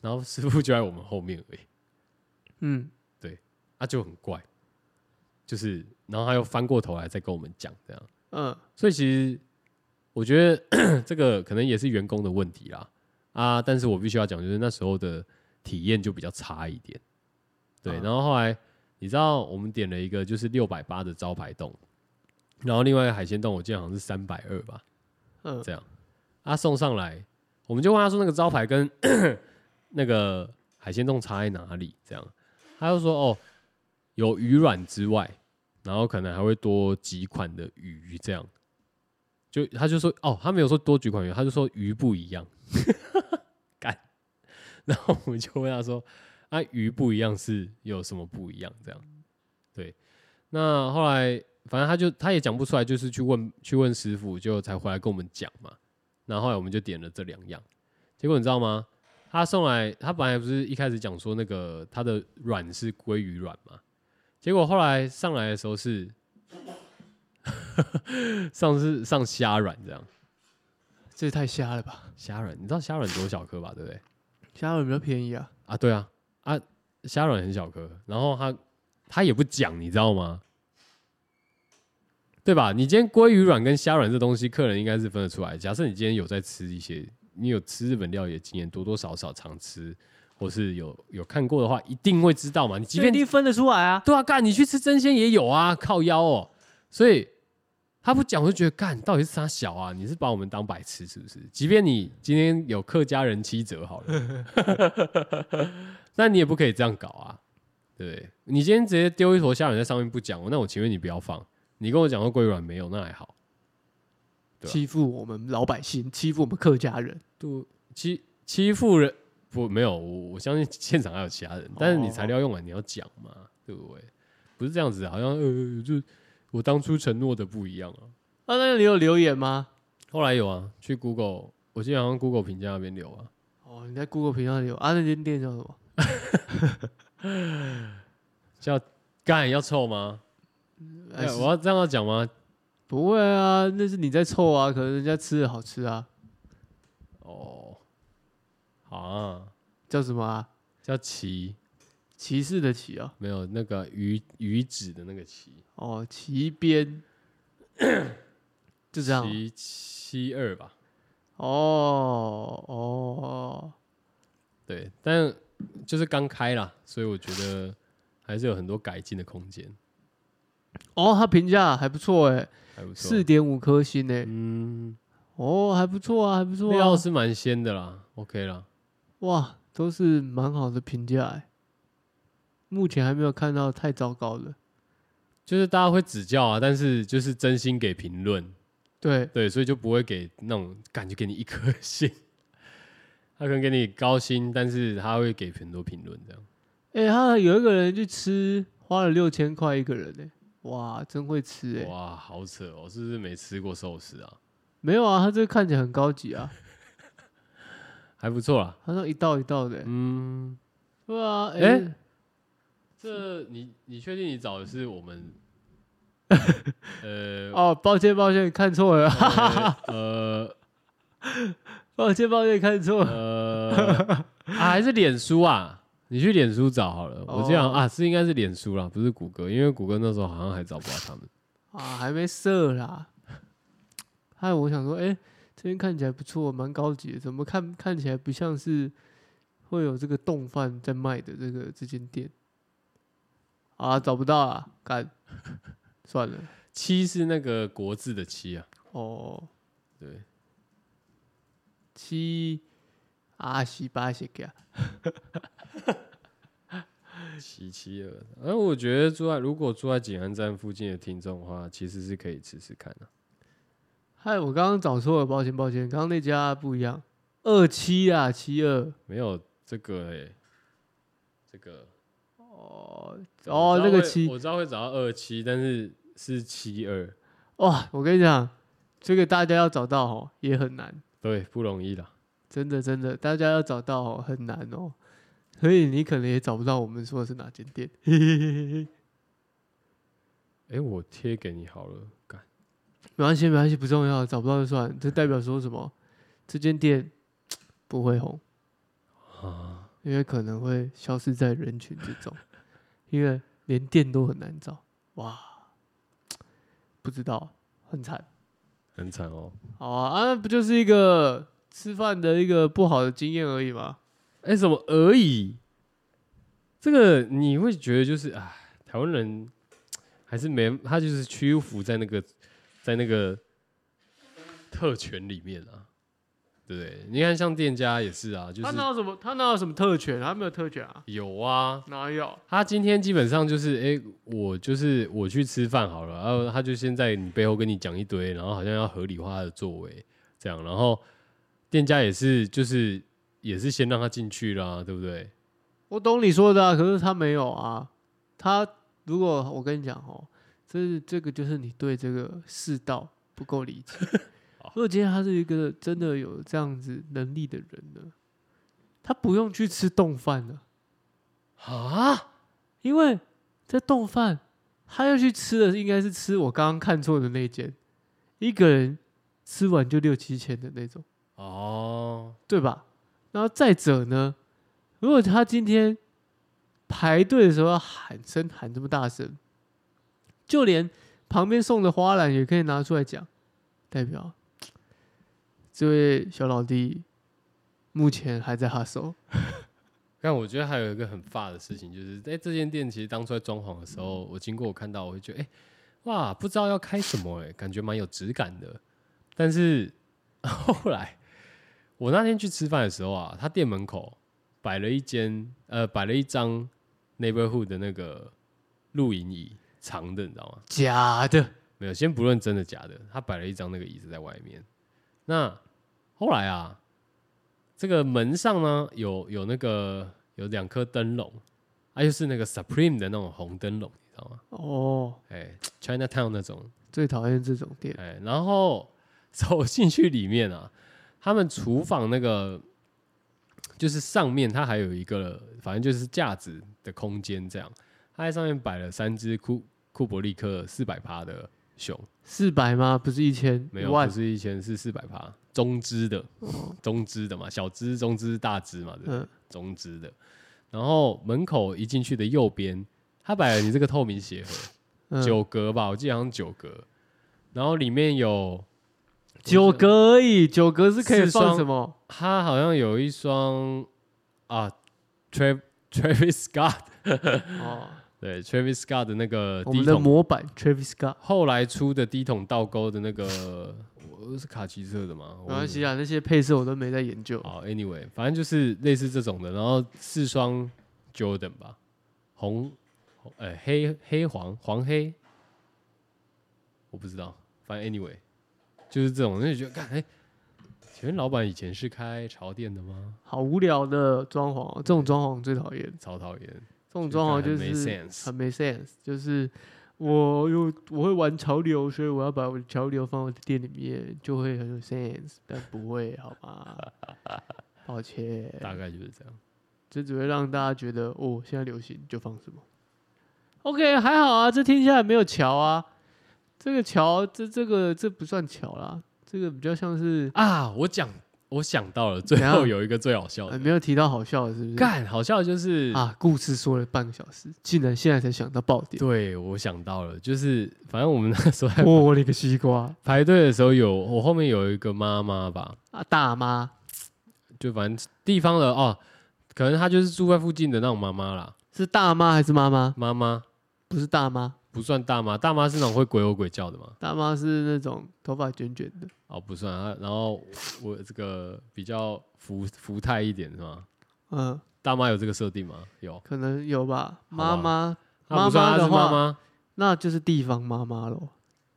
Speaker 1: 然后师傅就在我们后面而已。
Speaker 2: 嗯，
Speaker 1: 他就很怪，就是然后他又翻过头来再跟我们讲这样，
Speaker 2: 嗯，
Speaker 1: 所以其实我觉得 这个可能也是员工的问题啦啊，但是我必须要讲，就是那时候的体验就比较差一点，对，
Speaker 2: 啊
Speaker 1: 然后后来你知道我们点了一个就是六百八的招牌冻，然后另外一个海鲜冻我记得好像是三百二吧，
Speaker 2: 嗯
Speaker 1: 这样，他啊送上来，我们就问他说那个招牌跟 那个海鲜冻差在哪里？这样，他就说哦，有鱼卵之外，然后可能还会多几款的鱼，这样，就他就说哦，他没有说多几款鱼，他就说鱼不一样， 干，然后我们就问他说啊，鱼不一样是有什么不一样？这样，对，那后来反正他就他也讲不出来，就是去问去问师傅，就才回来跟我们讲嘛。然后后来我们就点了这两样，结果你知道吗？他送来，他本来不是一开始讲说那个他的卵是鲑鱼卵嘛，结果后来上来的时候是 上是上虾卵这样，
Speaker 2: 这也太瞎了吧？
Speaker 1: 虾卵你知道虾卵多小颗吧，对不对？
Speaker 2: 虾肉比较便宜啊，
Speaker 1: 啊，对啊，啊，虾软很小颗，然后他他也不讲，你知道吗？对吧？你今天鲑鱼软跟虾软这东西，客人应该是分得出来。假设你今天有在吃一些，你有吃日本料理的经验，多多少少常吃，或是有有看过的话，一定会知道嘛。你即
Speaker 2: 这
Speaker 1: 便
Speaker 2: 一定分得出来啊，
Speaker 1: 对啊，干你去吃真鲜也有啊，靠腰哦。所以他不讲，我就觉得干到底是啥小啊？你是把我们当白痴是不是？即便你今天有客家人七折好了，那你也不可以这样搞啊，对对你今天直接丢一坨虾软在上面不讲，那我情愿你不要放。你跟我讲说龟卵没有，那还好。对啊
Speaker 2: 欺负我们老百姓，欺负我们客家人，
Speaker 1: 对，欺欺负人不没有，我我相信现场还有其他人，但是你
Speaker 2: 哦
Speaker 1: 材料用完你要讲嘛，对不对？不是这样子，好像呃，就我当初承诺的不一样啊。
Speaker 2: 啊，那你有留言吗？
Speaker 1: 后来有啊，去 Google，我记得好像 Google 评价那边留啊，
Speaker 2: 哦，你在 Google 评论里有啊？那间店叫什么？
Speaker 1: 叫干要臭吗？
Speaker 2: 哎
Speaker 1: 哎，我要这样要讲吗？
Speaker 2: 不会啊，那是你在臭啊，可能人家吃的好吃啊，
Speaker 1: 哦，好啊，
Speaker 2: 叫什么啊？
Speaker 1: 叫奇，
Speaker 2: 歧视的歧啊，
Speaker 1: 没有那个鱼鱼子的那个奇，
Speaker 2: 哦，旗边，就这样啊
Speaker 1: 奇七二吧，
Speaker 2: 哦哦
Speaker 1: 对，但就是刚开啦，所以我觉得还是有很多改进的空间，
Speaker 2: 哦，他评价还不错哎，
Speaker 1: 还不错。
Speaker 2: 四，点五颗星哎，
Speaker 1: 嗯，
Speaker 2: 哦，还不错啊，还不错
Speaker 1: 料
Speaker 2: 啊，
Speaker 1: 是蛮鲜的啦，OK 啦，
Speaker 2: 哇，都是蛮好的评价哎，目前还没有看到太糟糕的，
Speaker 1: 就是大家会指教啊，但是就是真心给评论，
Speaker 2: 对，
Speaker 1: 对，所以就不会给那种感觉给你一颗星， 他可能给你高薪，但是他会给很多评论这样。
Speaker 2: 哎、他有一个人去吃，花了六千块一个人呢、哇，真会吃哎、
Speaker 1: 哇，好扯哦！是不是没吃过寿司啊？
Speaker 2: 没有啊，他这个看起来很高级啊，
Speaker 1: 还不错啦。
Speaker 2: 他那一道一道的、欸，
Speaker 1: 嗯，
Speaker 2: 对啊，哎、
Speaker 1: 欸这你你确定你找的是我 们？呃
Speaker 2: 哦，抱歉抱歉，看错了，
Speaker 1: 呃
Speaker 2: 抱歉抱歉，看错了，
Speaker 1: 呃啊，还是脸书啊？你去脸书找好了。我这样
Speaker 2: 哦
Speaker 1: 啊，是应该是脸书啦，不是谷歌，因为谷歌那时候好像还找不到他们。
Speaker 2: 啊，还没射啦，害我想说，哎、这边看起来不错，蛮高级的，怎么看看起来不像是会有这个冻饭在卖的这个这间店，啊，找不到啊，干， 算了，
Speaker 1: 七是那个国字的七啊，
Speaker 2: 哦。
Speaker 1: 对，
Speaker 2: 七啊西巴西给啊，
Speaker 1: 七七二。而我觉得住在如果住在景安站附近的听众的话，其实是可以试试看的、
Speaker 2: 嗨，我刚刚找错了，抱歉抱歉，刚刚那家不一样，二七啊七二
Speaker 1: 没有这个哎、这个
Speaker 2: 哦
Speaker 1: 我知道
Speaker 2: 那个
Speaker 1: 会
Speaker 2: 七
Speaker 1: 我知道会找到二七，但是是七二，
Speaker 2: 哇，我跟你讲，这个大家要找到哦也很难，
Speaker 1: 对，不容易啦。
Speaker 2: 真的真的，大家要找到哦很难哦，所以你可能也找不到我们说的是哪间店，嘿嘿嘿嘿嘿
Speaker 1: 哎、我贴给你好了，干
Speaker 2: 没关系没关系，不重要，找不到就算，这代表说什么？这间店不会红。
Speaker 1: 啊，
Speaker 2: 因为可能会消失在人群之中，因为连店都很难找。哇，不知道，很惨。
Speaker 1: 很惨哦。
Speaker 2: 好啊，啊，不就是一个吃饭的一个不好的经验而已嘛。
Speaker 1: 哎、什么而已？这个你会觉得就是哎，台湾人还是没他就是屈服在那个在那个特权里面啊，对不对？你看像店家也是啊，就
Speaker 2: 他
Speaker 1: 是
Speaker 2: 哪有什么？他哪有什么特权？他没有特权啊，
Speaker 1: 有啊，
Speaker 2: 哪有？
Speaker 1: 他今天基本上就是，哎、我就是我去吃饭好了，然后他就先在你背后跟你讲一堆，然后好像要合理化他的作为这样，然后店家也是就是也是先让他进去啦，对不对？
Speaker 2: 我懂你说的、啊，可是他没有啊。他如果我跟你讲哦，这这个就是你对这个世道不够理 解。哦如果今天他是一个真的有这样子能力的人呢，他不用去吃冻饭了，
Speaker 1: 啊，
Speaker 2: 因为这冻饭他要去吃的应该是吃我刚刚看错的那间，一个人吃完就六七千的那种。
Speaker 1: 哦，
Speaker 2: 对吧？然后再者呢，如果他今天排队的时候要喊声喊这么大声，就连旁边送的花篮也可以拿出来讲，代表这位小老弟目前还在哈手。
Speaker 1: 但我觉得还有一个很发的事情，就是在、这间店其实当初在装潢的时候，我经过我看到，我会觉得，哎、哇，不知道要开什么、哎，感觉蛮有质感的。但是 后来我那天去吃饭的时候啊，他店门口摆了一间呃，摆了一张 neighborhood 的那个露营椅，长的，你知道吗？
Speaker 2: 假的，
Speaker 1: 没有，先不论真的假的，他摆了一张那个椅子在外面。那后来啊，这个门上呢有有那个有两颗灯笼，啊，就是那个 Supreme 的那种红灯笼，你知道吗？
Speaker 2: 哦，
Speaker 1: 哎，Chinatown 那种，
Speaker 2: 最讨厌这种店，
Speaker 1: 哎，然后走进去里面啊，他们厨房那个就是上面它还有一个，反正就是架子的空间这样，它在上面摆了三只库库伯利克四百趴的熊，
Speaker 2: 四百吗？不是一千，
Speaker 1: 没
Speaker 2: 一
Speaker 1: 有，
Speaker 2: 万哦
Speaker 1: 不是一千是四百趴，中只的，中只的嘛，小只、中只、大只嘛，对不对
Speaker 2: 嗯，
Speaker 1: 中支的。然后门口一进去的右边，他摆了你这个透明鞋盒，
Speaker 2: 嗯
Speaker 1: 九格吧，我记得好像九格。然后里面有
Speaker 2: 九格而已，九格是可以
Speaker 1: 四双
Speaker 2: 放什么？
Speaker 1: 他好像有一双啊，Trav Travis Scott
Speaker 2: 哦，
Speaker 1: 对 Travis Scott 的那个
Speaker 2: 我
Speaker 1: 低
Speaker 2: 们的
Speaker 1: 筒，
Speaker 2: 模板 Travis Scott，
Speaker 1: 后来出的低筒倒钩的那个，我是卡其色的吗？
Speaker 2: 没关系啊，那些配色我都没在研究。
Speaker 1: 好，Anyway，反正就是类似这种的，然后四双 Jordan 吧，红，红呃，黑黑黄黄黑，我不知道，反正 Anyway，就是这种，那就觉得，看，哎、请问老板以前是开潮店的吗？
Speaker 2: 好无聊的装潢哦，这种装潢我最讨厌。
Speaker 1: 超讨厌，
Speaker 2: 这种装潢就是
Speaker 1: 就觉得嗯很没 sense
Speaker 2: 很没 sense，就是我有我会玩潮流，所以我要把我的潮流放我的店里面，就会很有 sense，但不会好 吗？抱歉，
Speaker 1: 大概就是这样。
Speaker 2: 这只会让大家觉得哦，现在流行就放什么。OK，还好啊，这听下来没有桥啊，这个桥这这个这不算桥啦，这个比较像是、
Speaker 1: 啊，我讲，我想到了，最
Speaker 2: 怎样
Speaker 1: 后有一个最好笑
Speaker 2: 呃、
Speaker 1: 的，
Speaker 2: 没有提到好笑的，是不是？
Speaker 1: 干好笑的就是，
Speaker 2: 啊，故事说了半个小时，竟然现在才想到爆点，
Speaker 1: 对我想到了，就是反正我们那时候在
Speaker 2: 我勒个西瓜
Speaker 1: 排队的时候有，我后面有一个妈妈吧，
Speaker 2: 啊，大妈。
Speaker 1: 就反正地方的哦，可能她就是住在附近的那种妈妈啦，
Speaker 2: 是大妈还是妈妈？
Speaker 1: 妈妈
Speaker 2: 不是大妈，
Speaker 1: 不算大妈，大妈是那种会鬼吼鬼叫的嘛，
Speaker 2: 大妈是那种头发卷卷的，
Speaker 1: 哦不算啊，然后我这个比较福福态一点是吗？
Speaker 2: 嗯，
Speaker 1: 大妈有这个设定吗？有，
Speaker 2: 可能有吧。
Speaker 1: 好吧
Speaker 2: 妈妈，
Speaker 1: 她不算
Speaker 2: 妈妈
Speaker 1: 她
Speaker 2: 的
Speaker 1: 是妈
Speaker 2: 话
Speaker 1: 妈，
Speaker 2: 那就是地方妈妈咯。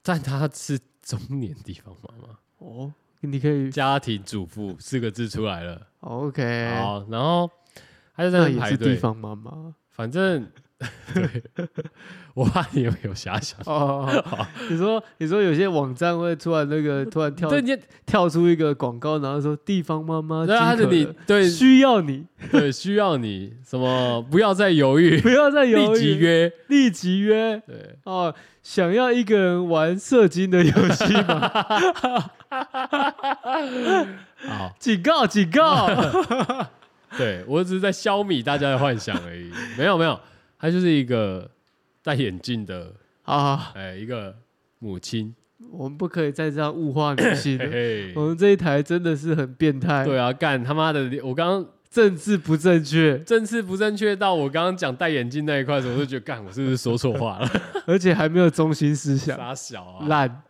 Speaker 1: 但她是中年地方妈妈，
Speaker 2: 哦，你可以
Speaker 1: 家庭主妇四个字出来了，
Speaker 2: 哦 OK，
Speaker 1: 好，然后她就在
Speaker 2: 那哦
Speaker 1: 那边
Speaker 2: 也
Speaker 1: 排
Speaker 2: 是地
Speaker 1: 队，
Speaker 2: 方妈妈。
Speaker 1: 反 正对， 我怕你有有遐想。
Speaker 2: 哦， 你说你说有些网站会突然那个突然跳
Speaker 1: 对，你
Speaker 2: 跳出一个广告，然后说地方妈妈饥
Speaker 1: 对啊，他
Speaker 2: 渴
Speaker 1: 的你
Speaker 2: 了，
Speaker 1: 对
Speaker 2: 需要你，
Speaker 1: 对，需要你什么？不要再犹豫，
Speaker 2: 不要再犹
Speaker 1: 立即
Speaker 2: 豫，
Speaker 1: 约。
Speaker 2: 立即约
Speaker 1: 对，
Speaker 2: 哦！想要一个人玩射精的游戏吗？
Speaker 1: 好，
Speaker 2: 警告，警 告！
Speaker 1: 对我只是在消弭大家的幻想而已。没有没有，她就是一个戴眼镜的，
Speaker 2: 啊，
Speaker 1: 哎、一个母亲。
Speaker 2: 我们不可以再这样物化女性了。
Speaker 1: 嘿
Speaker 2: 我
Speaker 1: 嘿，
Speaker 2: 们这一台真的是很变态，
Speaker 1: 对啊，干他妈的！我刚刚
Speaker 2: 政治不 正确，
Speaker 1: 政治不正确到我刚刚讲戴眼镜那一块的时候，我就觉得干，我是不是说错话 了？
Speaker 2: 而且还没有中心思想，
Speaker 1: 傻小啊！
Speaker 2: 烂。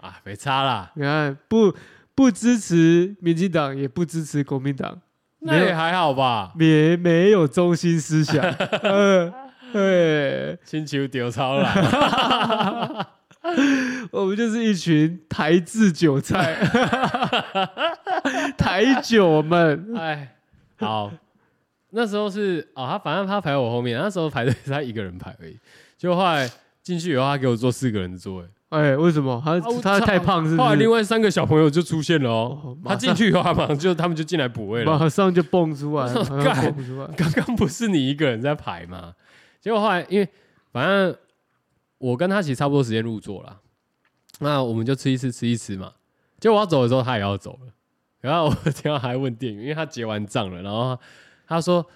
Speaker 1: 啊，没差啦，
Speaker 2: 你看，不不支持民进党，也不支持国民党，
Speaker 1: 那
Speaker 2: 没
Speaker 1: 也
Speaker 2: 有
Speaker 1: 还好吧。
Speaker 2: 也没有中心 思想。呃，对，
Speaker 1: 星球丢超啦。
Speaker 2: 我们就是一群台制 韭菜，台韭们。
Speaker 1: 哎，好，那时候是哦，他反正他排我后面，那时候排队是他一个人排而已。结果后来进去以后，他给我坐四个人的座位，
Speaker 2: 哎，为什么他
Speaker 1: 啊我
Speaker 2: 他
Speaker 1: 操
Speaker 2: 太胖是不
Speaker 1: 后来另
Speaker 2: 是？
Speaker 1: 外三个小朋友就出现了
Speaker 2: 哦
Speaker 1: 哦，
Speaker 2: 马
Speaker 1: 他进
Speaker 2: 上
Speaker 1: 去以后，他马上就他们就进来补位了。
Speaker 2: 马上就蹦出来，
Speaker 1: 我
Speaker 2: 马
Speaker 1: 说
Speaker 2: 上就
Speaker 1: 干
Speaker 2: 蹦出来。
Speaker 1: 刚刚不是你一个人在排吗？结果后来因为反正我跟他其实差不多时间入座了，那我们就吃一吃吃一吃嘛。结果我要走的时候，他也要走了。然后我听到他还问店员，因为他结完账了，然后他他说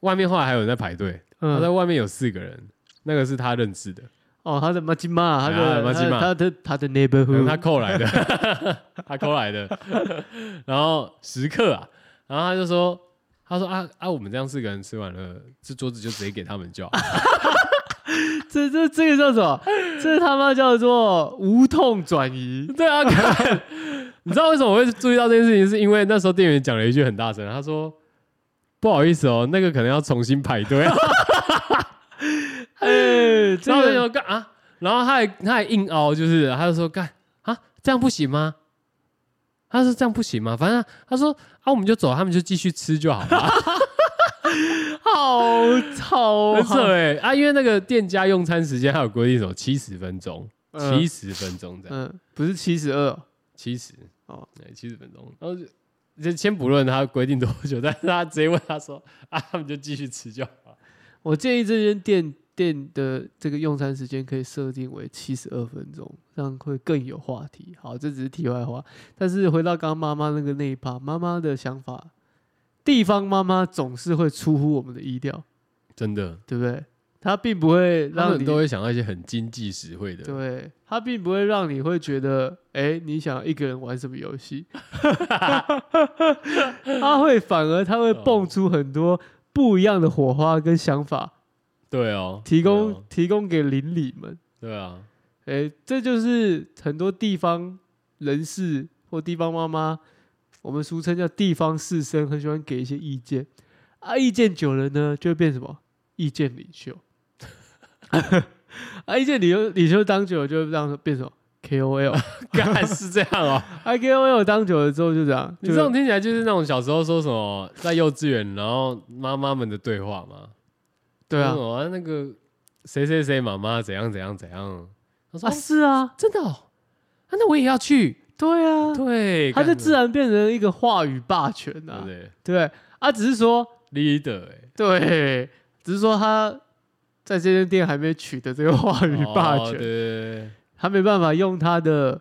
Speaker 1: 外面后来还有人在排队，他在
Speaker 2: 嗯，
Speaker 1: 外面有四个人，那个是他认识的，
Speaker 2: 哦，他的马吉玛，他的
Speaker 1: 哎马吉玛
Speaker 2: 他的他的
Speaker 1: 可能他
Speaker 2: neighborhood，
Speaker 1: 扣来的，他扣来的。然后食客啊，然后他就说，他说啊啊，我们这样四个人吃完了，这桌子就直接给他们就好。
Speaker 2: 这这这个叫 什么？这他妈叫做无痛转 移。
Speaker 1: 对啊，看，你知道为什么我会注意到这件事情，是因为那时候店员 讲了一句很大声，他说：“不好意思哦，那个可能要重新排队。”
Speaker 2: 哎，
Speaker 1: 然
Speaker 2: 这
Speaker 1: 后我就
Speaker 2: 个
Speaker 1: 说干啊，然后他还他还硬凹，就是他就说干啊，这样不行吗？他说这样不行吗？反正他说啊，我们就走，他们就继续吃就好了。
Speaker 2: 好吵
Speaker 1: 没错
Speaker 2: 啊！
Speaker 1: 哎啊，因为那个店家用餐时间还有规定什么七十分钟，
Speaker 2: 嗯
Speaker 1: 七十分钟这样，
Speaker 2: 嗯，不是七十二，
Speaker 1: 七十
Speaker 2: 哦
Speaker 1: 哦，七十分钟。然后就就先不论他规定多久，但是他直接问他说啊，他们就继续吃就好了。
Speaker 2: 我建议这间店店的这个用餐时间可以设定为七十二分钟，这样会更有话题。好，这只是题外话。但是回到刚刚妈妈那个那一趴，妈妈的想法，地方妈妈总是会出乎我们的意料，
Speaker 1: 真的，
Speaker 2: 对不对？她并不会
Speaker 1: 他
Speaker 2: 让
Speaker 1: 们
Speaker 2: 你
Speaker 1: 都会想到一些很经济实惠的。
Speaker 2: 对，它并不会让你会觉得，哎，你想一个人玩什么游戏？ 它会反而它会蹦出很多不一样的火花跟想法，
Speaker 1: 对哦，
Speaker 2: 提供、
Speaker 1: 对哦
Speaker 2: 提供给邻里们。
Speaker 1: 对啊，
Speaker 2: 哎，这就是很多地方人士或地方妈妈，我们俗称叫地方士绅，很喜欢给一些意见啊。意见久了呢，就会变什么意见领袖 啊？意见领袖领袖当久了，就会让变什么 KOL
Speaker 1: 干是这样哦。
Speaker 2: 啊？KOL 当久了之后就这样，
Speaker 1: 你
Speaker 2: 就
Speaker 1: 这种听起来就是那种小时候说什么在幼稚园，然后妈妈们的对话嘛。
Speaker 2: 对啊
Speaker 1: 说什么啊，那个谁谁谁妈妈怎样怎样怎样。他说、
Speaker 2: 啊
Speaker 1: 啊、
Speaker 2: 是啊，
Speaker 1: 真的哦、啊，那我也要去。
Speaker 2: 对啊，
Speaker 1: 对，
Speaker 2: 他就
Speaker 1: 干
Speaker 2: 自然变成一个话语霸权
Speaker 1: 对
Speaker 2: 啊
Speaker 1: 不，对
Speaker 2: 对啊，只是说
Speaker 1: ？leader 哎、
Speaker 2: 对，只是说他在这间店还没取得这个话语霸
Speaker 1: 哦对
Speaker 2: 权，
Speaker 1: 对
Speaker 2: 他没办法用他的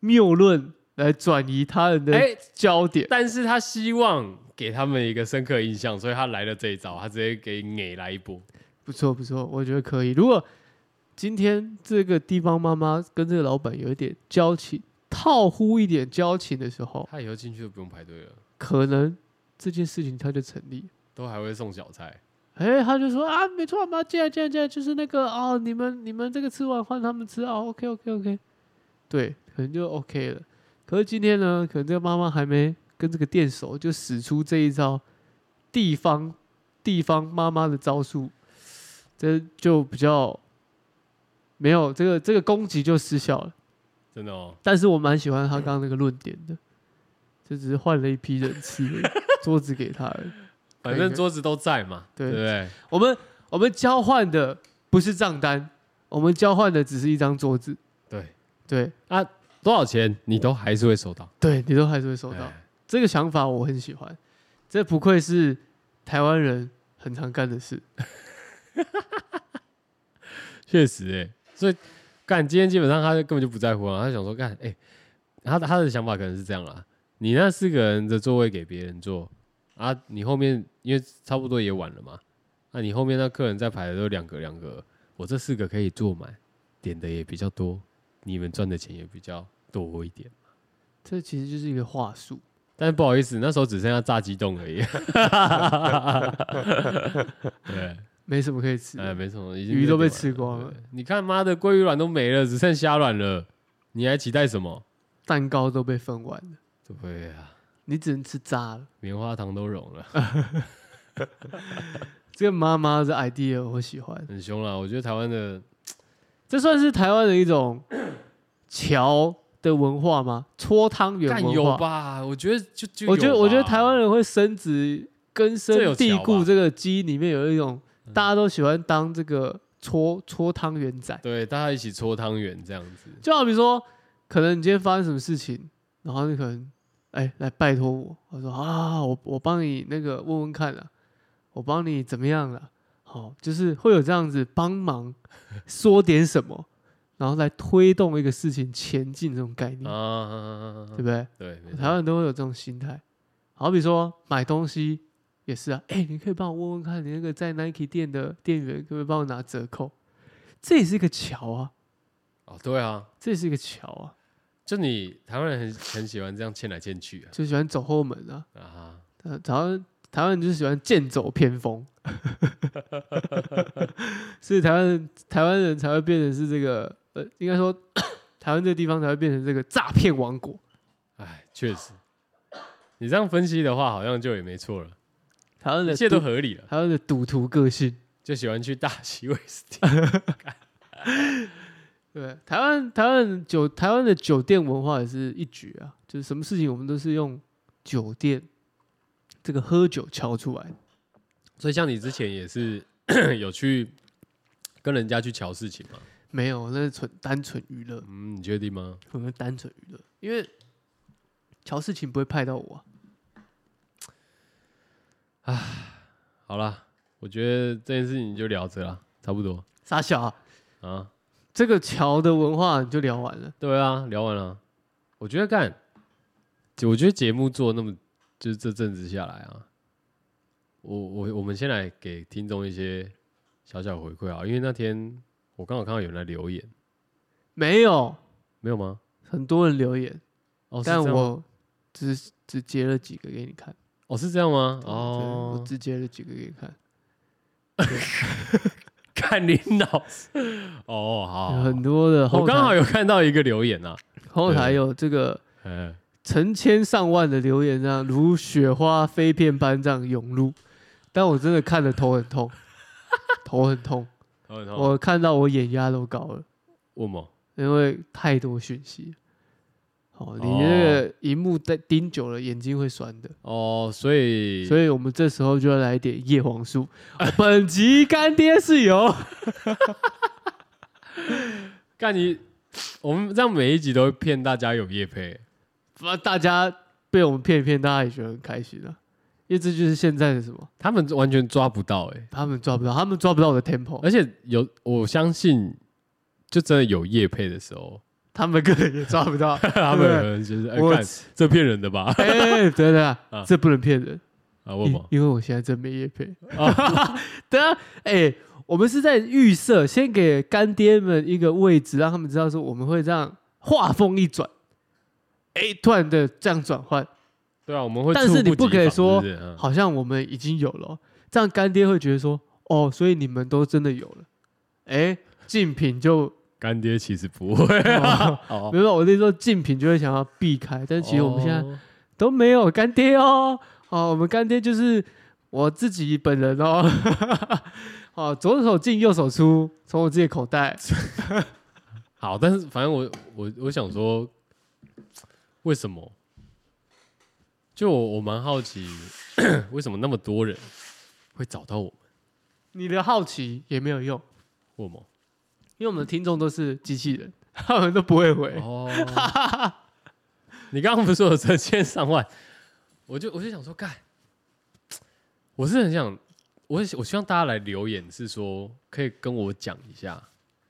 Speaker 2: 谬论来转移他人
Speaker 1: 对对。哎、
Speaker 2: 的焦点。
Speaker 1: 但是他希望给他们一个深刻印象，所以他来了这一招，他直接给给来一波。
Speaker 2: 不错不错，我觉得可以。如果今天这个地方妈妈跟这个老板有一点交情，套乎一点交情的时候，
Speaker 1: 他以后进去就不用排队了，
Speaker 2: 可能这件事情它就成立。
Speaker 1: 都还会送小菜。
Speaker 2: 哎，他就说啊，没错嘛，进来进来进来，就是那个哦，你们你们这个吃完换他们吃哦，OK OK OK，对，可能就 OK 了。可是今天呢，可能这个妈妈还没跟这个店熟，就使出这一招地方地方妈妈的招数，这就比较没有这个这个攻击就失效了。
Speaker 1: 真的哦，
Speaker 2: 但是我蛮喜欢他刚刚那个论点的，就只是换了一批人吃而已桌子给他而已。
Speaker 1: 反
Speaker 2: 可以
Speaker 1: 正
Speaker 2: 可以
Speaker 1: 桌子都在嘛，
Speaker 2: 对
Speaker 1: 对不对？
Speaker 2: 我们我们交换的不是账单，我们交换的只是一张桌子。
Speaker 1: 对，
Speaker 2: 对
Speaker 1: 多少钱你都还是会收到，
Speaker 2: 对，你都还是会收到。
Speaker 1: 哎
Speaker 2: 这个想法我很喜欢，这不愧是台湾人很常干的事。
Speaker 1: 确实哎、所以干今天基本上他根本就不在乎啊，他想说干哎、他的他的想法可能是这样啦，你那四个人的座位给别人坐啊，你后面因为差不多也晚了嘛，那、你后面那客人在排的都两个两个，我这四个可以坐满，点的也比较多，你们赚的钱也比较多一点。
Speaker 2: 这其实就是一个话术。
Speaker 1: 但不好意思，那时候只剩下炸鸡冻而已。对，
Speaker 2: 没什么可以吃的，
Speaker 1: 哎，没什么，已经
Speaker 2: 鱼都被
Speaker 1: 六点
Speaker 2: 吃光
Speaker 1: 晚
Speaker 2: 了
Speaker 1: 对，你看，妈的，鲑鱼卵都没了，只剩虾卵了，你还期待什么？
Speaker 2: 蛋糕都被分完了，
Speaker 1: 对啊，
Speaker 2: 你只能吃渣了。
Speaker 1: 棉花糖都融了，
Speaker 2: 这个妈妈的 idea 我喜欢，
Speaker 1: 很凶啦。我觉得台湾的
Speaker 2: 这算是台湾的一种 桥的文化吗？搓汤圆
Speaker 1: 干
Speaker 2: 文
Speaker 1: 有
Speaker 2: 化
Speaker 1: 吧？我觉得就就
Speaker 2: 我觉得，
Speaker 1: 有吧
Speaker 2: 我觉得台湾人会深植根
Speaker 1: 这
Speaker 2: 深
Speaker 1: 有
Speaker 2: 蒂
Speaker 1: 巧
Speaker 2: 固
Speaker 1: 吧
Speaker 2: 这个基因里面有一种，
Speaker 1: 嗯
Speaker 2: 大家都喜欢当这个搓搓汤圆仔，
Speaker 1: 对大家一起搓汤圆这样子，
Speaker 2: 就好比说，可能你今天发生什么事情，然后你可能哎、来拜托我，我说啊，我我帮你那个问问看啦，我帮你怎么样啦，好，就是会有这样子帮忙说点什么，然后来推动一个事情前进这种概念，
Speaker 1: 啊，
Speaker 2: 对不嗯对？
Speaker 1: 对，没
Speaker 2: 台湾
Speaker 1: 错，
Speaker 2: 人都会有这种心态。好比说买东西也是啊，哎、你可以帮我问问看，你那个在 Nike 店的店员可不可以帮我拿折扣？这也是一个桥啊，
Speaker 1: 哦，对啊，
Speaker 2: 这也是一个桥啊，
Speaker 1: 就你台湾人很很喜欢这样欠来欠去啊
Speaker 2: 就喜欢走后门啊。
Speaker 1: 啊哈，
Speaker 2: 呃，台湾台湾人就是喜欢剑走偏锋， 所以台湾人台湾人才会变成是这个呃，应该说 台湾这个地方才会变成这个诈骗王国。
Speaker 1: 哎，确实，你这样分析的话，好像就也没错了，
Speaker 2: 台湾
Speaker 1: 一
Speaker 2: 的
Speaker 1: 切都
Speaker 2: 赌
Speaker 1: 合理了，
Speaker 2: 台湾的赌徒个性，
Speaker 1: 就喜欢去大 喜威士忌。
Speaker 2: 对，台湾台湾酒台湾的酒店文化也是一绝啊，就是什么事情我们都是用酒店这个喝酒敲出来的。
Speaker 1: 所以像你之前也是 有去跟人家去瞧事情吗？
Speaker 2: 没有，那是纯单纯娱乐，
Speaker 1: 嗯，你确定吗？
Speaker 2: 我们单纯娱乐，因为乔事情不会派到我啊、
Speaker 1: 好啦，我觉得这件事情就聊着啦，差不多
Speaker 2: 傻小、啊，
Speaker 1: 啊。
Speaker 2: 这个桥的文化你就聊完了，
Speaker 1: 对啊，聊完了。我觉得干，我觉得节目做那么就是这阵子下来啊，我我我们先来给听众一些小小回馈啊，因为那天我刚好看到有人来留言，
Speaker 2: 没有
Speaker 1: 没有吗？
Speaker 2: 很多人留言，
Speaker 1: 哦，是
Speaker 2: 但
Speaker 1: 这样吗
Speaker 2: 我只只截了几个给你看。
Speaker 1: 哦是这样吗？
Speaker 2: 对我
Speaker 1: 哦，
Speaker 2: 只截了几个给你看，
Speaker 1: 看你脑子哦，好
Speaker 2: 有
Speaker 1: 好，
Speaker 2: 很多的
Speaker 1: 好我
Speaker 2: 后
Speaker 1: 刚好
Speaker 2: 台
Speaker 1: 有看到一个留 言啊，
Speaker 2: 后台有这个
Speaker 1: 嗯，
Speaker 2: 成千上万的留言，这样如雪花飞片般这样涌入，但我真的看得头很痛， 头很痛，
Speaker 1: 我我
Speaker 2: 我看到我眼压都高了。
Speaker 1: 问嘛，
Speaker 2: 因为太多讯息了。哦，你
Speaker 1: 哦
Speaker 2: 那个荧幕在盯久了，眼睛会酸的。
Speaker 1: 哦，所以
Speaker 2: 所以我们这时候就要来一点叶黄素。本集干爹是由
Speaker 1: 干你，我们这样每一集都骗大家有叶配、
Speaker 2: 大家被我们骗一骗，大家也觉得很开心啊。因为这就是现在的什么，
Speaker 1: 他们完全抓不到哎、
Speaker 2: 他们抓不到，他们抓不到我的 tempo，
Speaker 1: 而且有我相信，就真的有叶配的时 候，
Speaker 2: 他们个人也抓不 到。
Speaker 1: 他们可能就是哎
Speaker 2: 我
Speaker 1: 干这骗人的吧？
Speaker 2: 哎，等等
Speaker 1: 啊
Speaker 2: 啊，这不能骗人，
Speaker 1: 啊，问
Speaker 2: 因
Speaker 1: 嘛，
Speaker 2: 因为我现在真没叶配。
Speaker 1: 哦
Speaker 2: 等啊，哎，我们是在预设，先给干爹们一个位置，让他们知道说我们会这样画风一转，哎，突然的这样转换，
Speaker 1: 对啊，我们会，
Speaker 2: 但是你不可以说
Speaker 1: 是不是嗯
Speaker 2: 好像我们已经有了哦、这样干爹会觉得说，哦，所以你们都真的有了，哎，竞品就
Speaker 1: 干爹其实不会，
Speaker 2: 哦
Speaker 1: 哦，
Speaker 2: 没有，我那时候竞品就会想要避开，但 其实我们现在都没有干爹哦。哦，我们干爹就是我自己本人哦。 哦，左手进右手出，从我自己的口袋。
Speaker 1: 好，但是反正我我我想说，为什么？就我我蛮好奇，为什么那么多人会找到我们？
Speaker 2: 你的好奇也没有用，
Speaker 1: 问嘛？
Speaker 2: 因为我们的听众都是机器人， 他们都不会回。
Speaker 1: 哦， 你刚刚不是说有成千上万？我就我就想说，干，我是很想，我我希望大家来留言，是说可以跟我讲一下，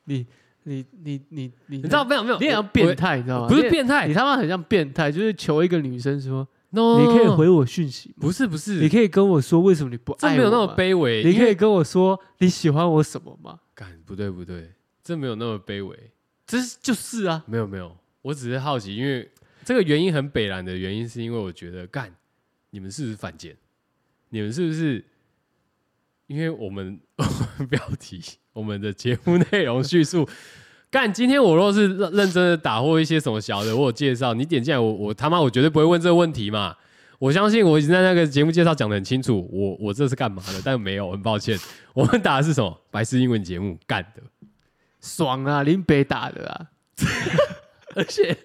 Speaker 2: 你你你你你，你
Speaker 1: 你知道没有没有？
Speaker 2: 你很
Speaker 1: 要
Speaker 2: 像变，态，你知道
Speaker 1: 我
Speaker 2: 吗？
Speaker 1: 不
Speaker 2: 你
Speaker 1: 是
Speaker 2: 也，
Speaker 1: 变态
Speaker 2: 你他妈很像变态，就是求一个女生说，
Speaker 1: ，no，
Speaker 2: 你可以，回我讯息吗，
Speaker 1: 不是不是，
Speaker 2: 你可以跟我说为什么你不
Speaker 1: 这
Speaker 2: 爱我，
Speaker 1: 没有那么，卑微，
Speaker 2: 你
Speaker 1: 因
Speaker 2: 可
Speaker 1: 为
Speaker 2: 以跟我说你喜欢我什么吗？
Speaker 1: 干不对不对，这没有那么卑微，
Speaker 2: 这是就是啊，
Speaker 1: 没有没有，我只是好奇，因为这个原因很北然的原因，是因为我觉得干，你们是不是反贱？你们是不是？因为我们我们标题、我们的节目内容叙述，干，今天我若是认认真的打或一些什么小的，我有介绍，你点进来，我我他妈我绝对不会问这个问题嘛。我相信我已经在那个节目介绍讲的很清楚，我我这是干嘛的，但没有，很抱歉，我们打的是什么白痴英文节目干的，
Speaker 2: 爽啊，林北打的啊。
Speaker 1: 而且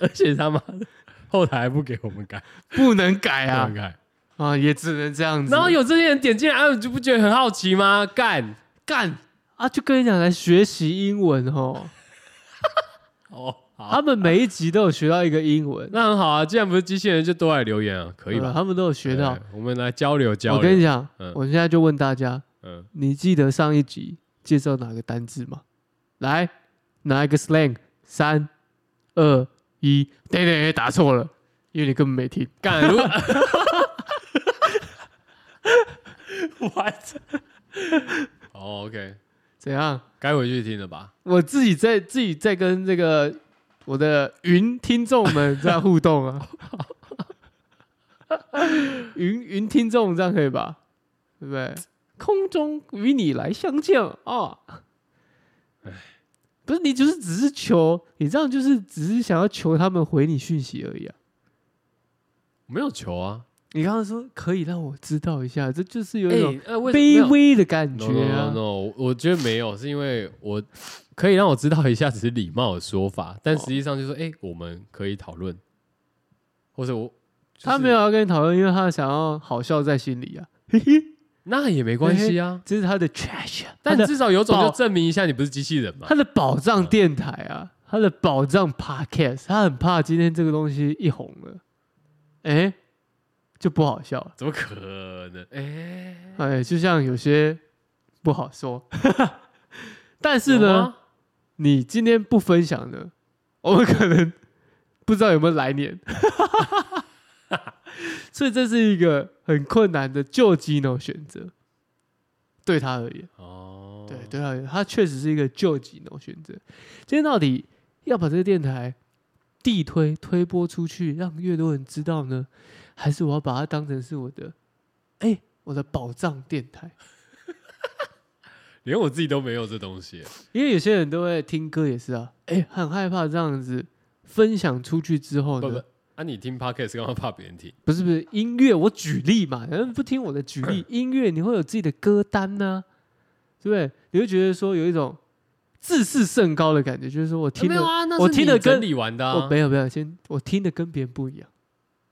Speaker 1: 而且他妈的 后台还不给我们改，
Speaker 2: 不能改
Speaker 1: 不
Speaker 2: 啊
Speaker 1: 能改。
Speaker 2: 啊，也只能这样子。
Speaker 1: 然后有这些人点进来，啊，你就不觉得很好奇吗？干
Speaker 2: 干啊，就跟你讲来学习英文哦。
Speaker 1: 哦，好，
Speaker 2: 他们每一集都有学到一个英文，
Speaker 1: 那很好啊。既然不是机器人，就多来留言啊，可以
Speaker 2: 呃
Speaker 1: 吧？
Speaker 2: 他们都有学到
Speaker 1: 对。，我们来交流交
Speaker 2: 我
Speaker 1: 流。
Speaker 2: 跟你讲
Speaker 1: 嗯，
Speaker 2: 我现在就问大家，
Speaker 1: 嗯，
Speaker 2: 你记得上一集介绍哪个单字吗？来，拿一个 slang，三、二、一，对对对，答错了，因为你根本没听。
Speaker 1: 干如果 ，what？哦，OK，
Speaker 2: 怎样？
Speaker 1: 该回去听了吧？
Speaker 2: 我自己在自己在跟这个我的云听众们在互 动啊，云云听众这样可以吧？对不对？空中与你来相见啊！哦不是你，就是只是求你这样，就是只是想要求他们回你讯息而已啊！
Speaker 1: 没有求啊，
Speaker 2: 你刚刚说可以让我知道一下，这就是有一种
Speaker 1: 哎，呃，为什
Speaker 2: 卑
Speaker 1: 么
Speaker 2: 微的感觉
Speaker 1: no, no, no,
Speaker 2: 啊
Speaker 1: no, no，我觉得没有，是因为我可以让我知道一下，只是礼貌的说法，
Speaker 2: 哦
Speaker 1: 但实际上就是说，哎、我们可以讨论，或者我、就是
Speaker 2: 他没有，要跟你讨论，因为他想要好笑在心里啊，嘿嘿，
Speaker 1: 那也没关系啊。
Speaker 2: 这是他的 trash，啊
Speaker 1: 但
Speaker 2: 他的
Speaker 1: 至少有种
Speaker 2: 宝
Speaker 1: 就证明一下你不是机器人嘛
Speaker 2: 他。的宝藏电台啊，他的宝藏 podcast，他很怕今天这个东西一红了，哎、就不好笑了，
Speaker 1: 怎么可能？哎、
Speaker 2: 哎、就像有些不好说， 但是
Speaker 1: 有啊
Speaker 2: 呢
Speaker 1: 吗，？
Speaker 2: 你今天不分享呢，我们可能不知道有没有来年， 所以这是一个很困难的救急 no 选择，对他而言。
Speaker 1: 哦，
Speaker 2: 对，对啊，它确实是一个救急的选择。今天到底要把这个电台地推推播出去，让越多人知道呢，还是我要把它当成是我的，哎、我的宝藏电台？
Speaker 1: 连我自己都没有这东西。
Speaker 2: 因为有些人都会听歌也是啊，哎、很害怕这样子分享出去之后
Speaker 1: 不
Speaker 2: 呢，
Speaker 1: 不，啊，你听 podcast 干嘛怕别人听？
Speaker 2: 不是不是音乐，我举例嘛，有人不听我的举 例，音乐你会有自己的歌单呢、对不对？你会觉得说有一种自视甚高的感觉，就是说我听
Speaker 1: 没
Speaker 2: 了
Speaker 1: 有啊，那
Speaker 2: 我
Speaker 1: 是
Speaker 2: 听
Speaker 1: 你
Speaker 2: 的
Speaker 1: 整
Speaker 2: 跟
Speaker 1: 理完的、
Speaker 2: 我
Speaker 1: 啊。
Speaker 2: 哦没有没有，先我听的跟别人不一样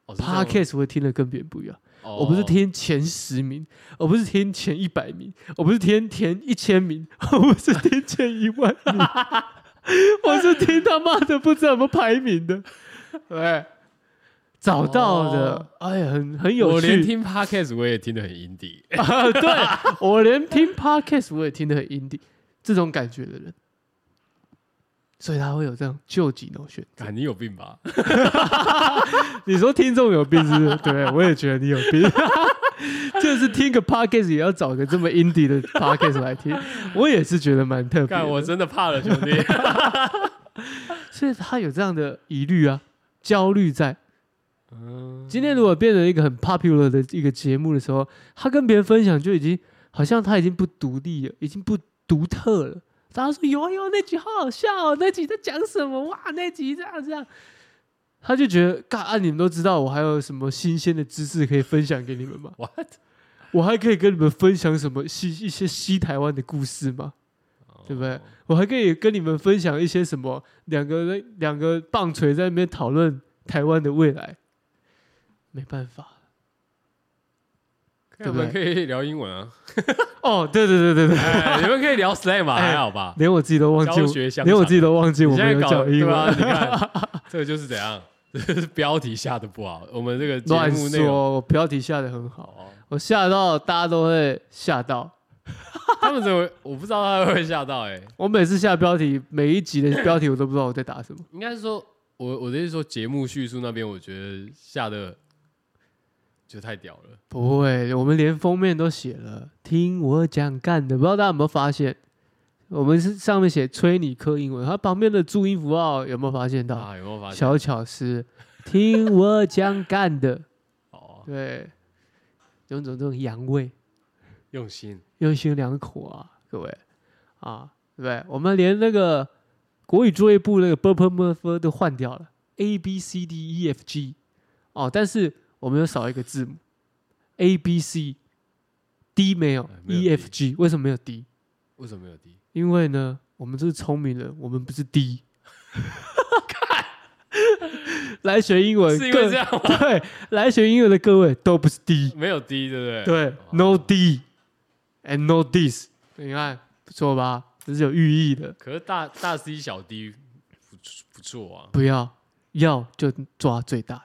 Speaker 1: 哦是这样吗
Speaker 2: ，podcast 我听的跟别人不一样。
Speaker 1: 哦
Speaker 2: 我不是听前十名，我不是听前一百名，我不是听前一千名，我不是听前一万 名，我是听他妈的不知道怎么排名的，对，找到的，
Speaker 1: 哦
Speaker 2: 哎呀，很很有
Speaker 1: 我连
Speaker 2: 趣。
Speaker 1: 听 podcast 我也听得很 indie。
Speaker 2: 啊 对我连听 podcast 我也听得很 indie，这种感觉的人，所以他会有这样救急脑选。
Speaker 1: 啊，你有病 吧？
Speaker 2: 你说听众有病是不是？对，我也觉得你有病。 就是听个 podcast 也要找个这么 indie 的 podcast 来听，我也是觉得蛮特别的。
Speaker 1: 干，我真的怕了，兄弟。
Speaker 2: 所以他有这样的疑虑啊、焦虑在。
Speaker 1: 嗯，
Speaker 2: 今天如果变成一个很 popular 的一个节目的时候，他跟别人分享就已经好像他已经不独立了，已经不独特了。大家说有啊有啊，那集好好笑、哦，那集在讲什么？哇，那集这样这样，他就觉得干啊，你们都知道我还有什么新鲜的知识可以分享给你们吗？
Speaker 1: what？
Speaker 2: 我还可以跟你们分享什么西一些西台湾的故事吗？对不对？我还可以跟你们分享一些什么两个人两个棒槌在那边讨论台湾的未来。没办法
Speaker 1: 可以我们可以聊英文啊，
Speaker 2: 哦，对对对 对对，
Speaker 1: 哎，你们可以聊 slang 嘛，
Speaker 2: 哎
Speaker 1: 还好吧？
Speaker 2: 连我自己都忘记
Speaker 1: 教
Speaker 2: 我，
Speaker 1: 学相
Speaker 2: 连我
Speaker 1: 长
Speaker 2: 自己都忘记
Speaker 1: 你
Speaker 2: 我
Speaker 1: 现在
Speaker 2: 们有
Speaker 1: 搞
Speaker 2: 讲英
Speaker 1: 对啊吧？
Speaker 2: 文，
Speaker 1: 你 看，这个就是怎样， 这是标题下的不好。我们这个节
Speaker 2: 乱
Speaker 1: 目内容，
Speaker 2: 说，我标题下的很好，
Speaker 1: 哦
Speaker 2: 我吓到大家都会吓到。
Speaker 1: 他们怎么我不知道他会不会吓到？哎，
Speaker 2: 我每次下标题，每一集的标题我都不知道我在打什 么。
Speaker 1: 应该是说，我我的意思是说，节目叙述那边，我觉得下的就太屌了。
Speaker 2: 不会，我们连封面都写了，听我讲干的。不知道大家有没有发现，我们是上面写催你刻英文，它旁边的注音符号有没有发现到？
Speaker 1: 啊，有没有发现？
Speaker 2: 小巧思，听我讲干的，
Speaker 1: 哦，
Speaker 2: 对，有种这种洋味，
Speaker 1: 用心，
Speaker 2: 用心良苦啊，各位啊，对不对？我们连那个国语作业部那个 b u r p e m u r f 都换掉了，A B C D E F G 哦，但是我们又少一个字母，A B C D 没有
Speaker 1: 哎没有
Speaker 2: ，E F G 为什么没有 D？
Speaker 1: 为什么没有低？
Speaker 2: 因为呢，我们就是聪明人，我们不是 D。来学英文，
Speaker 1: 是因
Speaker 2: 各
Speaker 1: 为这样吗？
Speaker 2: 对，来学英文的各位都不是 D。
Speaker 1: 没有低，对不对？
Speaker 2: 对，no D and no this，你看不错吧？这是有寓意的。
Speaker 1: 可是大大 C 小 D 不不错啊，
Speaker 2: 不要，要就抓最大的。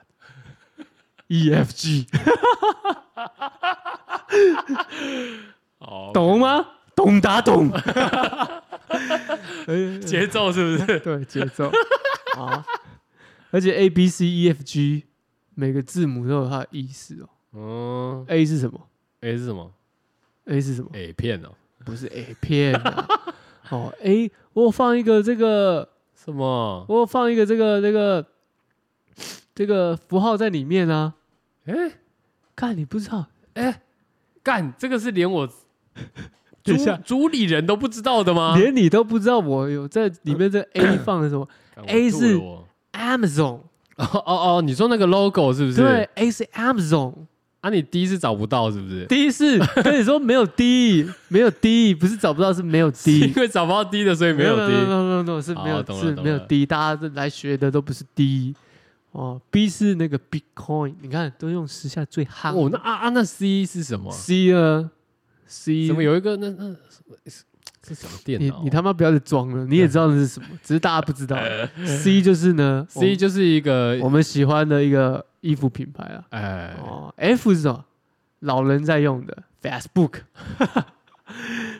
Speaker 2: E F G，
Speaker 1: 哦，
Speaker 2: 懂吗？懂打懂。哎
Speaker 1: 节奏是不是？
Speaker 2: 对，节 奏啊，而且 A B C E F G 每个字母都有它的意思哦。
Speaker 1: 嗯
Speaker 2: A 是什么
Speaker 1: ，A 是什么
Speaker 2: ？A 是什么？
Speaker 1: ？A 片哦，
Speaker 2: 不是 A 片啊。哦，A 我放一个这个
Speaker 1: 什么？
Speaker 2: 我有放一个这个这个这个符号在里面啊。
Speaker 1: 哎
Speaker 2: 看你不知道，
Speaker 1: 哎，干，这个是连 我
Speaker 2: 等一下
Speaker 1: 主主理人都不知道的吗
Speaker 2: 连你都不知道我有在里 面这 A 放了什么
Speaker 1: 干
Speaker 2: A
Speaker 1: 我吐了
Speaker 2: 是
Speaker 1: 我
Speaker 2: Amazon，
Speaker 1: 哦哦哦，你说那个 logo 是不是？
Speaker 2: 对，，A 是 Amazon，
Speaker 1: 啊，你第一次找不到是不是？
Speaker 2: 第一次跟你说没有低，没有低，不是找不到，是没有
Speaker 1: 是
Speaker 2: 低
Speaker 1: 因，为找不到 D 的，所以 没有
Speaker 2: 没有没
Speaker 1: D。
Speaker 2: 有没有没有是没
Speaker 1: 哦
Speaker 2: 有
Speaker 1: 懂了
Speaker 2: 是
Speaker 1: 懂
Speaker 2: 没有
Speaker 1: 了
Speaker 2: 低，大家来学的都不是低哦。B 是那个 Bitcoin，你看都用时下最夯
Speaker 1: 哦，那
Speaker 2: 的。
Speaker 1: 啊啊，那 C 是什么啊？
Speaker 2: C 呢？C
Speaker 1: 怎么有一个那那是什么电
Speaker 2: 你
Speaker 1: 脑啊？
Speaker 2: 你他妈不要再装了，你也知道那是什么，只是大家 不知道。C 就是呢
Speaker 1: C 就是一个
Speaker 2: 我们我们喜欢的一个衣服品牌啊。
Speaker 1: 哎，
Speaker 2: 哦，F 是什么？老人在用的 Facebook。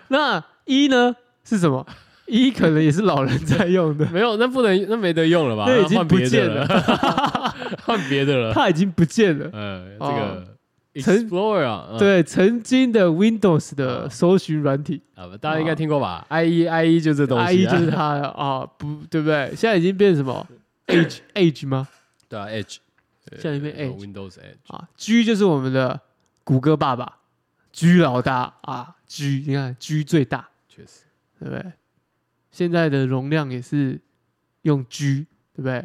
Speaker 2: 那 E 呢是什么？E 可能也是老人在用的
Speaker 1: ，没有，那不能，那没得用了吧？
Speaker 2: 那已经
Speaker 1: 换别的
Speaker 2: 不见了
Speaker 1: 了， 换别的了。
Speaker 2: 它已经不见了。
Speaker 1: 呃，这
Speaker 2: 哦
Speaker 1: 个
Speaker 2: 陈
Speaker 1: Explorer 啊，嗯，
Speaker 2: 对，曾经的 Windows 的
Speaker 1: 哦
Speaker 2: 搜寻软体
Speaker 1: 啊不大家应该听过吧？IE IE 就这东西啊
Speaker 2: ，IE E 就是它了啊，不对不对？现在已经变 成什么 Edge Edge 吗？
Speaker 1: 对啊，Edge，呃
Speaker 2: 下一面 Edge
Speaker 1: Windows Edge，
Speaker 2: 啊，G 就是我们的谷歌爸爸，G 老大啊，G 你看 G 最大，
Speaker 1: 确实，
Speaker 2: 对不对？现在的容量也是用 G 对不对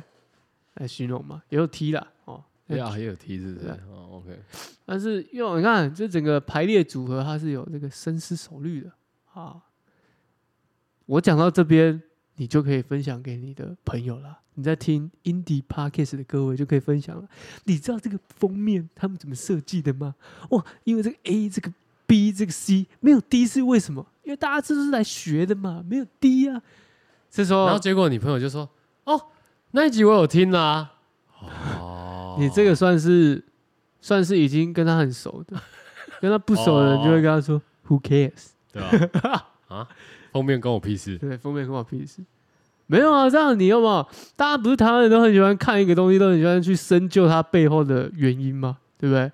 Speaker 2: 来形容嘛，也有 T 啦哦，
Speaker 1: 对啊，也有 T 是不是
Speaker 2: 对啊？
Speaker 1: 哦，OK，
Speaker 2: 但是因为你看这整个排列组合它是有这个深思熟虑的啊。我讲到这边，你就可以分享给你的朋友啦。你在听 indie podcast 的各位就可以分享了。你知道这个封面他们怎么设计的吗？哇，因为这个 A 这个 B 这个 C 没有 D 是为什么？因为大家这都是来学的嘛，没有 D 啊。这时
Speaker 1: 然后
Speaker 2: 候
Speaker 1: 结果你朋友就说，哦，那一集我有听啊啦， 哦
Speaker 2: 你这个算是算是已经跟他很熟的，跟他不熟的人就会跟他说 Who cares？
Speaker 1: 对吧？ 啊，封面关我屁事，
Speaker 2: 对，封面跟我屁事。没有啊，这样你有没有？大家不是台湾人都很喜欢看一个东西，都很喜欢去深究它背后的原因吗？对不对？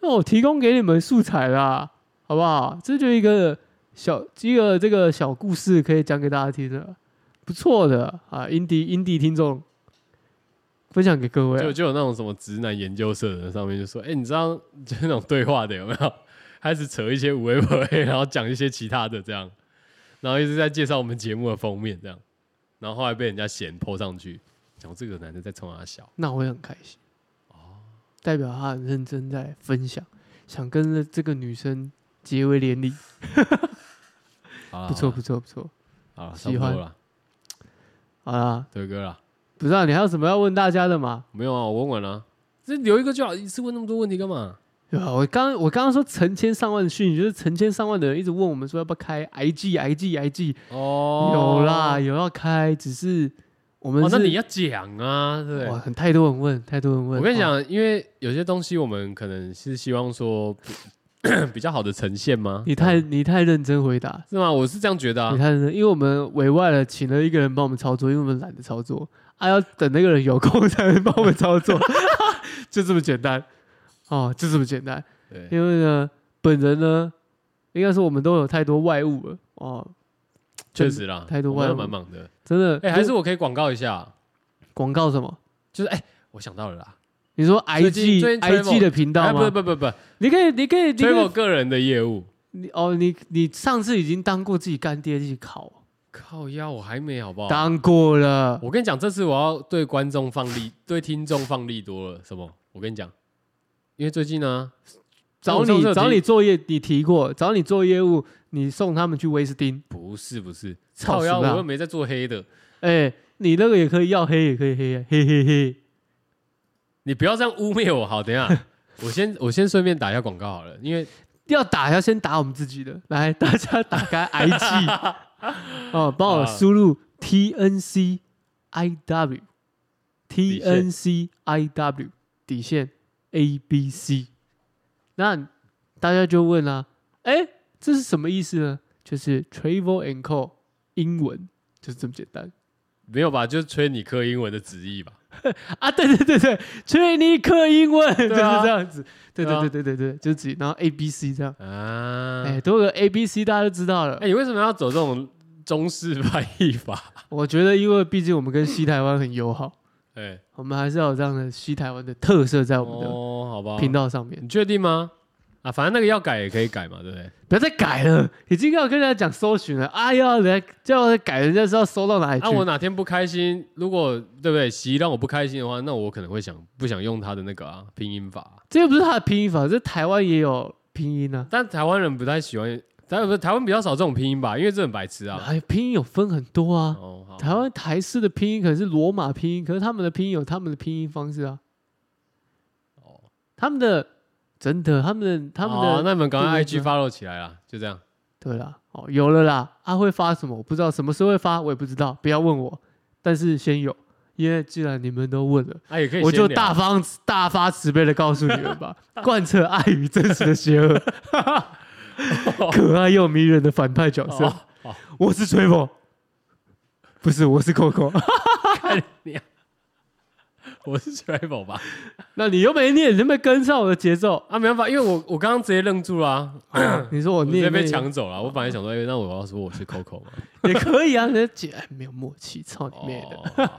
Speaker 2: 那我提供给你们素材啦，好不好？这就一个小一个这个小故事可以讲给大家听的，不错的啊，indie indie 听众分享给各位啊、
Speaker 1: 就就有那种什么直男研究社的上面就说，哎，你知道就那种对话的有没有？开始扯一些无为不为，然后讲一些其他的这样，然后一直在介绍我们节目的封面这样，然后后来被人家嫌泼上去，讲这个男的在冲他笑，
Speaker 2: 那我会很开心。
Speaker 1: 哦
Speaker 2: 代表他很认真在分享，想跟这个女生结为连理，
Speaker 1: 好啦啊
Speaker 2: 不错不错不错。
Speaker 1: 好啦，
Speaker 2: 喜
Speaker 1: 喜
Speaker 2: 欢
Speaker 1: 欢了，
Speaker 2: 好啦，
Speaker 1: 德哥啦，
Speaker 2: 不知道、你还有什么要问大家的吗？
Speaker 1: 没有啊，我问完了啊，这留一个就好，一次问那么多问题干嘛？
Speaker 2: 对吧？我刚我刚刚说成千上万的讯息，就是成千上万的人一直问我们说要不要开 IG IG IG，、
Speaker 1: 哦
Speaker 2: 有啦，有要开，只是我们
Speaker 1: 哦，
Speaker 2: 是、
Speaker 1: 那你要讲啊，对不对？
Speaker 2: 哇，很太多人问，太多人问。
Speaker 1: 我跟你
Speaker 2: 哦，
Speaker 1: 讲，因为有些东西我们可能是希望说比 较好的呈现吗？
Speaker 2: 你太你太认真回答，
Speaker 1: 是吗？我是这样觉得啊
Speaker 2: 你。看，因为我们委外了，请了一个人帮我们操作，因为我们懒得操作，啊，要等那个人有空才能帮我们操 作，就这么简单，哦，就这么简单。
Speaker 1: 对，
Speaker 2: 因为呢，本人呢，应该说我们都有太多外物了，哦，
Speaker 1: 确实啦，
Speaker 2: 太多
Speaker 1: 我们
Speaker 2: 外
Speaker 1: 都
Speaker 2: 物
Speaker 1: 蛮忙的。
Speaker 2: 真的，
Speaker 1: 哎，
Speaker 2: 就
Speaker 1: 还是我可以广告一下，
Speaker 2: 广告什么？
Speaker 1: 就是哎，我想到了啦，
Speaker 2: 你说
Speaker 1: 最近
Speaker 2: IG
Speaker 1: 最近
Speaker 2: IG
Speaker 1: Travel-
Speaker 2: 的频道
Speaker 1: 哎，
Speaker 2: 吗？
Speaker 1: 不不不不
Speaker 2: 你可以，你可以，你
Speaker 1: 推
Speaker 2: 可
Speaker 1: 我
Speaker 2: 以，
Speaker 1: 个人的业务。
Speaker 2: 你哦，你你上次已经当过自己干爹，自己考，
Speaker 1: 靠腰，我还没好不好？
Speaker 2: 当过了。
Speaker 1: 我跟你讲，这次我要对观众放力，对听众放力多了。什么？我跟你讲，因为最近呢、我
Speaker 2: 找
Speaker 1: 上次
Speaker 2: 你
Speaker 1: 有
Speaker 2: 找
Speaker 1: 提
Speaker 2: 你做业，你提过找你做业务，你送他们去威斯汀，
Speaker 1: 不是不是，
Speaker 2: 操
Speaker 1: 靠腰，
Speaker 2: 什么啊
Speaker 1: 我又没在做黑的，
Speaker 2: 哎，你那个也可以要黑，也可以黑啊，嘿嘿嘿。
Speaker 1: 你不要这样污蔑我。好，等一下， 我先我先顺便打一下广告好了，因为
Speaker 2: 要打要先打我们自己的，来，大家打开 IG 哦，帮我
Speaker 1: 啊
Speaker 2: 输入 TNC IW
Speaker 1: 底线
Speaker 2: TNC IW 底线 ABC，那大家就问啦、哎，这是什么意思呢？就是 Travel and Co 英文就是这么简单
Speaker 1: 没有吧，就是吹你刻英文的旨意吧。
Speaker 2: 啊！对对对对，崔尼克英文、就是
Speaker 1: 对啊
Speaker 2: 这样子，对
Speaker 1: 对啊
Speaker 2: 对对对对对，就是自己，然后 ABC 这样，
Speaker 1: 啊，
Speaker 2: 哎，
Speaker 1: 哎、
Speaker 2: 多个 ABC 大家都知道了。
Speaker 1: 你为什么要走这种中式翻译法？
Speaker 2: 我觉得，因为毕竟我们跟西台湾很友好，
Speaker 1: 哎、
Speaker 2: 我们还是要有这样的西台湾的特色在我们的
Speaker 1: 哦，好吧，
Speaker 2: 频道上面。
Speaker 1: 你确定吗？啊，反正那个要改也可以改嘛，对不对？
Speaker 2: 不要再改了，已经要跟人家讲搜寻了。哎呀，人家叫我改，人家是要搜到哎哪里去？
Speaker 1: 啊，我哪天不开心，如果对不对，习让我不开心的话，那我可能会想不想用他的那个啊拼音法啊、
Speaker 2: 这又不是他的拼音法，这台湾也有拼音啊。
Speaker 1: 但台湾人不太喜欢，台不是台湾比较少这种拼音吧，因为这很白痴啊。
Speaker 2: 哎，拼音有分很多啊。
Speaker 1: 哦，好，
Speaker 2: 台湾台式的拼音可能是罗马拼音，可是他们的拼音有他们的拼音方式啊。
Speaker 1: 哦
Speaker 2: 他们的真的，他们的他们的、
Speaker 1: 哦那你们赶快
Speaker 2: 对
Speaker 1: IG
Speaker 2: 对对
Speaker 1: follow 起来啦，就这样。
Speaker 2: 对啦，哦，有了啦。他、会发什么？我不知道，什么时候会发，我也不知道，不要问我。但是先有，因为既然你们都问了，
Speaker 1: 啊，也可以
Speaker 2: 我就
Speaker 1: 先聊
Speaker 2: 大方大发慈悲的告诉你 们吧，贯彻爱与真实的邪恶，可爱又迷人的反派角色。
Speaker 1: 哦哦
Speaker 2: 我是吹风，不是，我是 Coco。
Speaker 1: 看你 啊、我是 Travel 吧？
Speaker 2: 那你又没念，你有没有跟上我的节奏？
Speaker 1: 啊，没办法，因为我我刚刚直接愣住啦、
Speaker 2: 哦你说我
Speaker 1: 嗯我直接
Speaker 2: 念
Speaker 1: 被
Speaker 2: 那
Speaker 1: 抢走了。我本来想说，哎、那我要说我是 Coco 嘛，
Speaker 2: 也可以啊，人家姐哎没有默契，操你妹的！
Speaker 1: 哦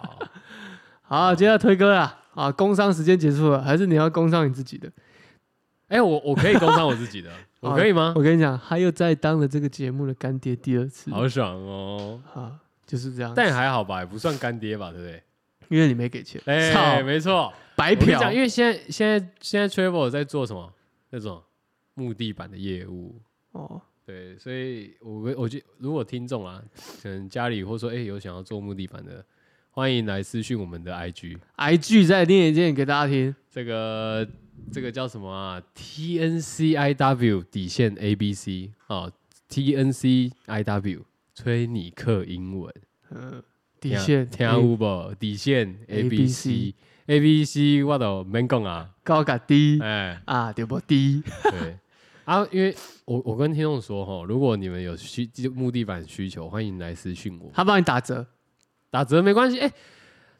Speaker 1: 好
Speaker 2: 好，接下来推歌啦。啊，工商时间结束了，还是你要工商你自己的？
Speaker 1: 哎、我我可以工伤我自 己的，我可以吗？
Speaker 2: 哦我跟你讲，他又再当了这个节目的干爹第二次，
Speaker 1: 好爽哦！
Speaker 2: 啊，就是这样。
Speaker 1: 但也还好吧，也不算干爹吧，对不对？
Speaker 2: 因为你没给钱，
Speaker 1: 哎、
Speaker 2: 操，哎
Speaker 1: 没错，
Speaker 2: 白
Speaker 1: 我跟你
Speaker 2: 嫖。
Speaker 1: 讲，因为现在现在现在 Travel 在做什么那种木地板的业务，
Speaker 2: 哦，
Speaker 1: 对，所以我跟我觉得如果听众啊，可能家里或说哎、有想要做木地板的，欢迎来私讯我们的 IG，
Speaker 2: IG 再念一遍给大家听。
Speaker 1: 这个这个叫什么啊？TNCIW 底线 ABC 啊，TNCIW 崔尼克英文
Speaker 2: 嗯，底线
Speaker 1: 听有无？底线 ABC
Speaker 2: ABC
Speaker 1: ABC 我都免讲啊，
Speaker 2: 高嘎低
Speaker 1: 哎。
Speaker 2: 啊，对不低？
Speaker 1: 对啊，因为我我跟听众说哈，如果你们有需木地板需求，欢迎来私讯我，
Speaker 2: 他帮你打折，
Speaker 1: 打折没关系。哎、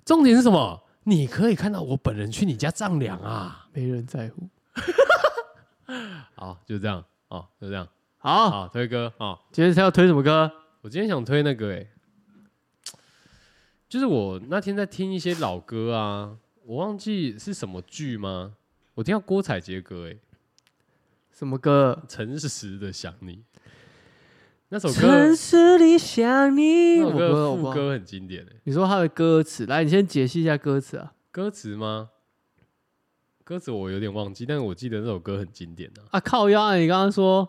Speaker 1: 重点是什么？你可以看到我本人去你家丈量啊。
Speaker 2: 没人在乎。
Speaker 1: 好，就这样哦，就这样。
Speaker 2: 好，
Speaker 1: 好，推歌哦，
Speaker 2: 今天是要推什么歌？
Speaker 1: 我今天想推那个哎、就是我那天在听一些老歌啊，我忘记是什么剧吗？我听到郭采洁歌哎、
Speaker 2: 什么歌？
Speaker 1: 诚实的想你》那首歌
Speaker 2: 城，市里想你。
Speaker 1: 那
Speaker 2: 我
Speaker 1: 首
Speaker 2: 不知道
Speaker 1: 歌
Speaker 2: 我不
Speaker 1: 副
Speaker 2: 知道
Speaker 1: 歌很经典哎、
Speaker 2: 你说他的歌词，来，你先解析一下歌词啊。
Speaker 1: 歌词吗？歌词我有点忘记，但是我记得那首歌很经典的、
Speaker 2: 啊靠腰啊！你刚刚 说，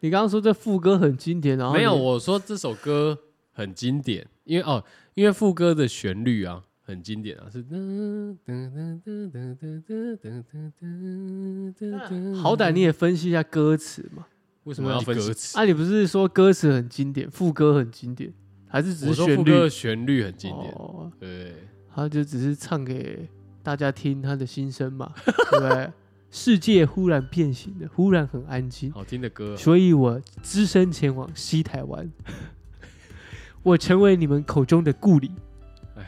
Speaker 2: 你刚刚说这副歌很经典，然后
Speaker 1: 没有，
Speaker 2: 你
Speaker 1: 我说这首歌很经典，因为哦，因为副歌的旋律啊很经典啊，是嗯
Speaker 2: 好歹你也分析一下歌词嘛。
Speaker 1: 为什么要分歌词？
Speaker 2: 啊，你不是说歌词很经典，副歌很经典，还是只
Speaker 1: 我
Speaker 2: 是
Speaker 1: 说
Speaker 2: 旋
Speaker 1: 副
Speaker 2: 律
Speaker 1: 歌的旋律很经典，
Speaker 2: 哦，
Speaker 1: 对，
Speaker 2: 他就只是唱给大家听他的心 声嘛，对不对？世界忽然变形了，忽然很安静，
Speaker 1: 好听的歌
Speaker 2: 所以我只身前往西台湾， 我成为你们口中的故里
Speaker 1: 唉。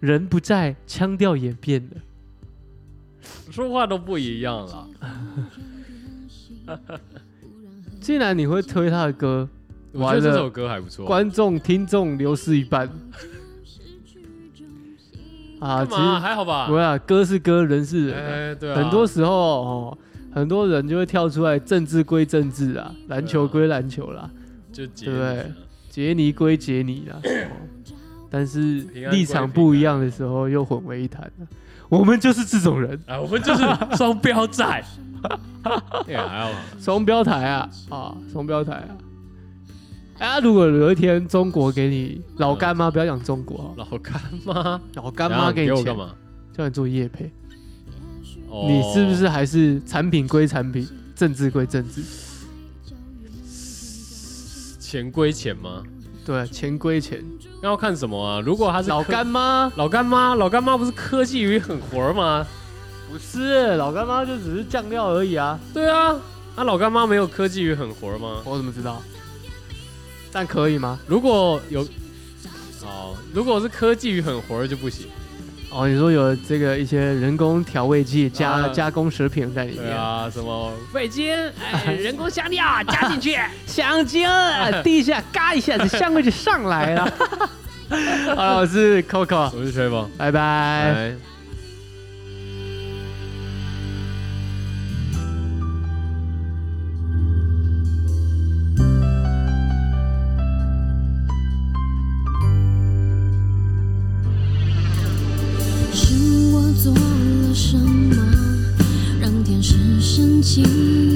Speaker 2: 人不在，腔调也变了。
Speaker 1: 说话都不一样啊了。
Speaker 2: 既然你会推他的歌，
Speaker 1: 我觉得
Speaker 2: 完了
Speaker 1: 这首歌还不错，
Speaker 2: 观众、听众流失一半啊！
Speaker 1: 干
Speaker 2: 其
Speaker 1: 嘛
Speaker 2: 实
Speaker 1: 还好吧
Speaker 2: 我？想歌是歌，人是人啊、
Speaker 1: 哎，对啊，
Speaker 2: 很多时候哦，很多人就会跳出来，政治归政治啊，篮球归篮球啦，
Speaker 1: 就解
Speaker 2: 对不对
Speaker 1: 你啊
Speaker 2: 杰尼归杰尼啦。哦但是
Speaker 1: 啊平安归
Speaker 2: 立场不一样的时候，又混为一谈了。我们就是这种人，
Speaker 1: 啊，我们就是双标 仔。也还好吧，
Speaker 2: 双标台啊啊，双标台啊！哎、啊，如果有一天中国给你老干妈，不要讲中国啊，
Speaker 1: 老干妈，
Speaker 2: 老干妈给
Speaker 1: 然
Speaker 2: 你
Speaker 1: 后我干
Speaker 2: 钱，
Speaker 1: 嘛？
Speaker 2: 叫你做业配，
Speaker 1: 哦
Speaker 2: 你是不是还是产品归产品，政治归政治？
Speaker 1: 钱归钱吗？
Speaker 2: 对，啊钱归钱，
Speaker 1: 那要看什么啊？如果他是
Speaker 2: 老
Speaker 1: 科
Speaker 2: 干妈。
Speaker 1: 老干妈，老干妈不是科技与狠活吗？
Speaker 2: 不是，老干妈就只是酱料而已啊！
Speaker 1: 对啊，那、老干妈没有科技与狠活吗？
Speaker 2: 我怎么知道？但可以吗？
Speaker 1: 如果有哦，如果是科技与狠活就不行。
Speaker 2: 哦，你说有这个一些人工调味剂加、
Speaker 1: 啊
Speaker 2: 加工食品在里
Speaker 1: 对
Speaker 2: 面，
Speaker 1: 啊，什么味精、哎、人工香料
Speaker 4: 加进去，
Speaker 2: 香精啊滴一下，嘎一下，这香味就上来 了。好了，我是 Coco，
Speaker 1: 我是吹哎风，
Speaker 2: 拜拜。
Speaker 1: 拜。
Speaker 4: 情。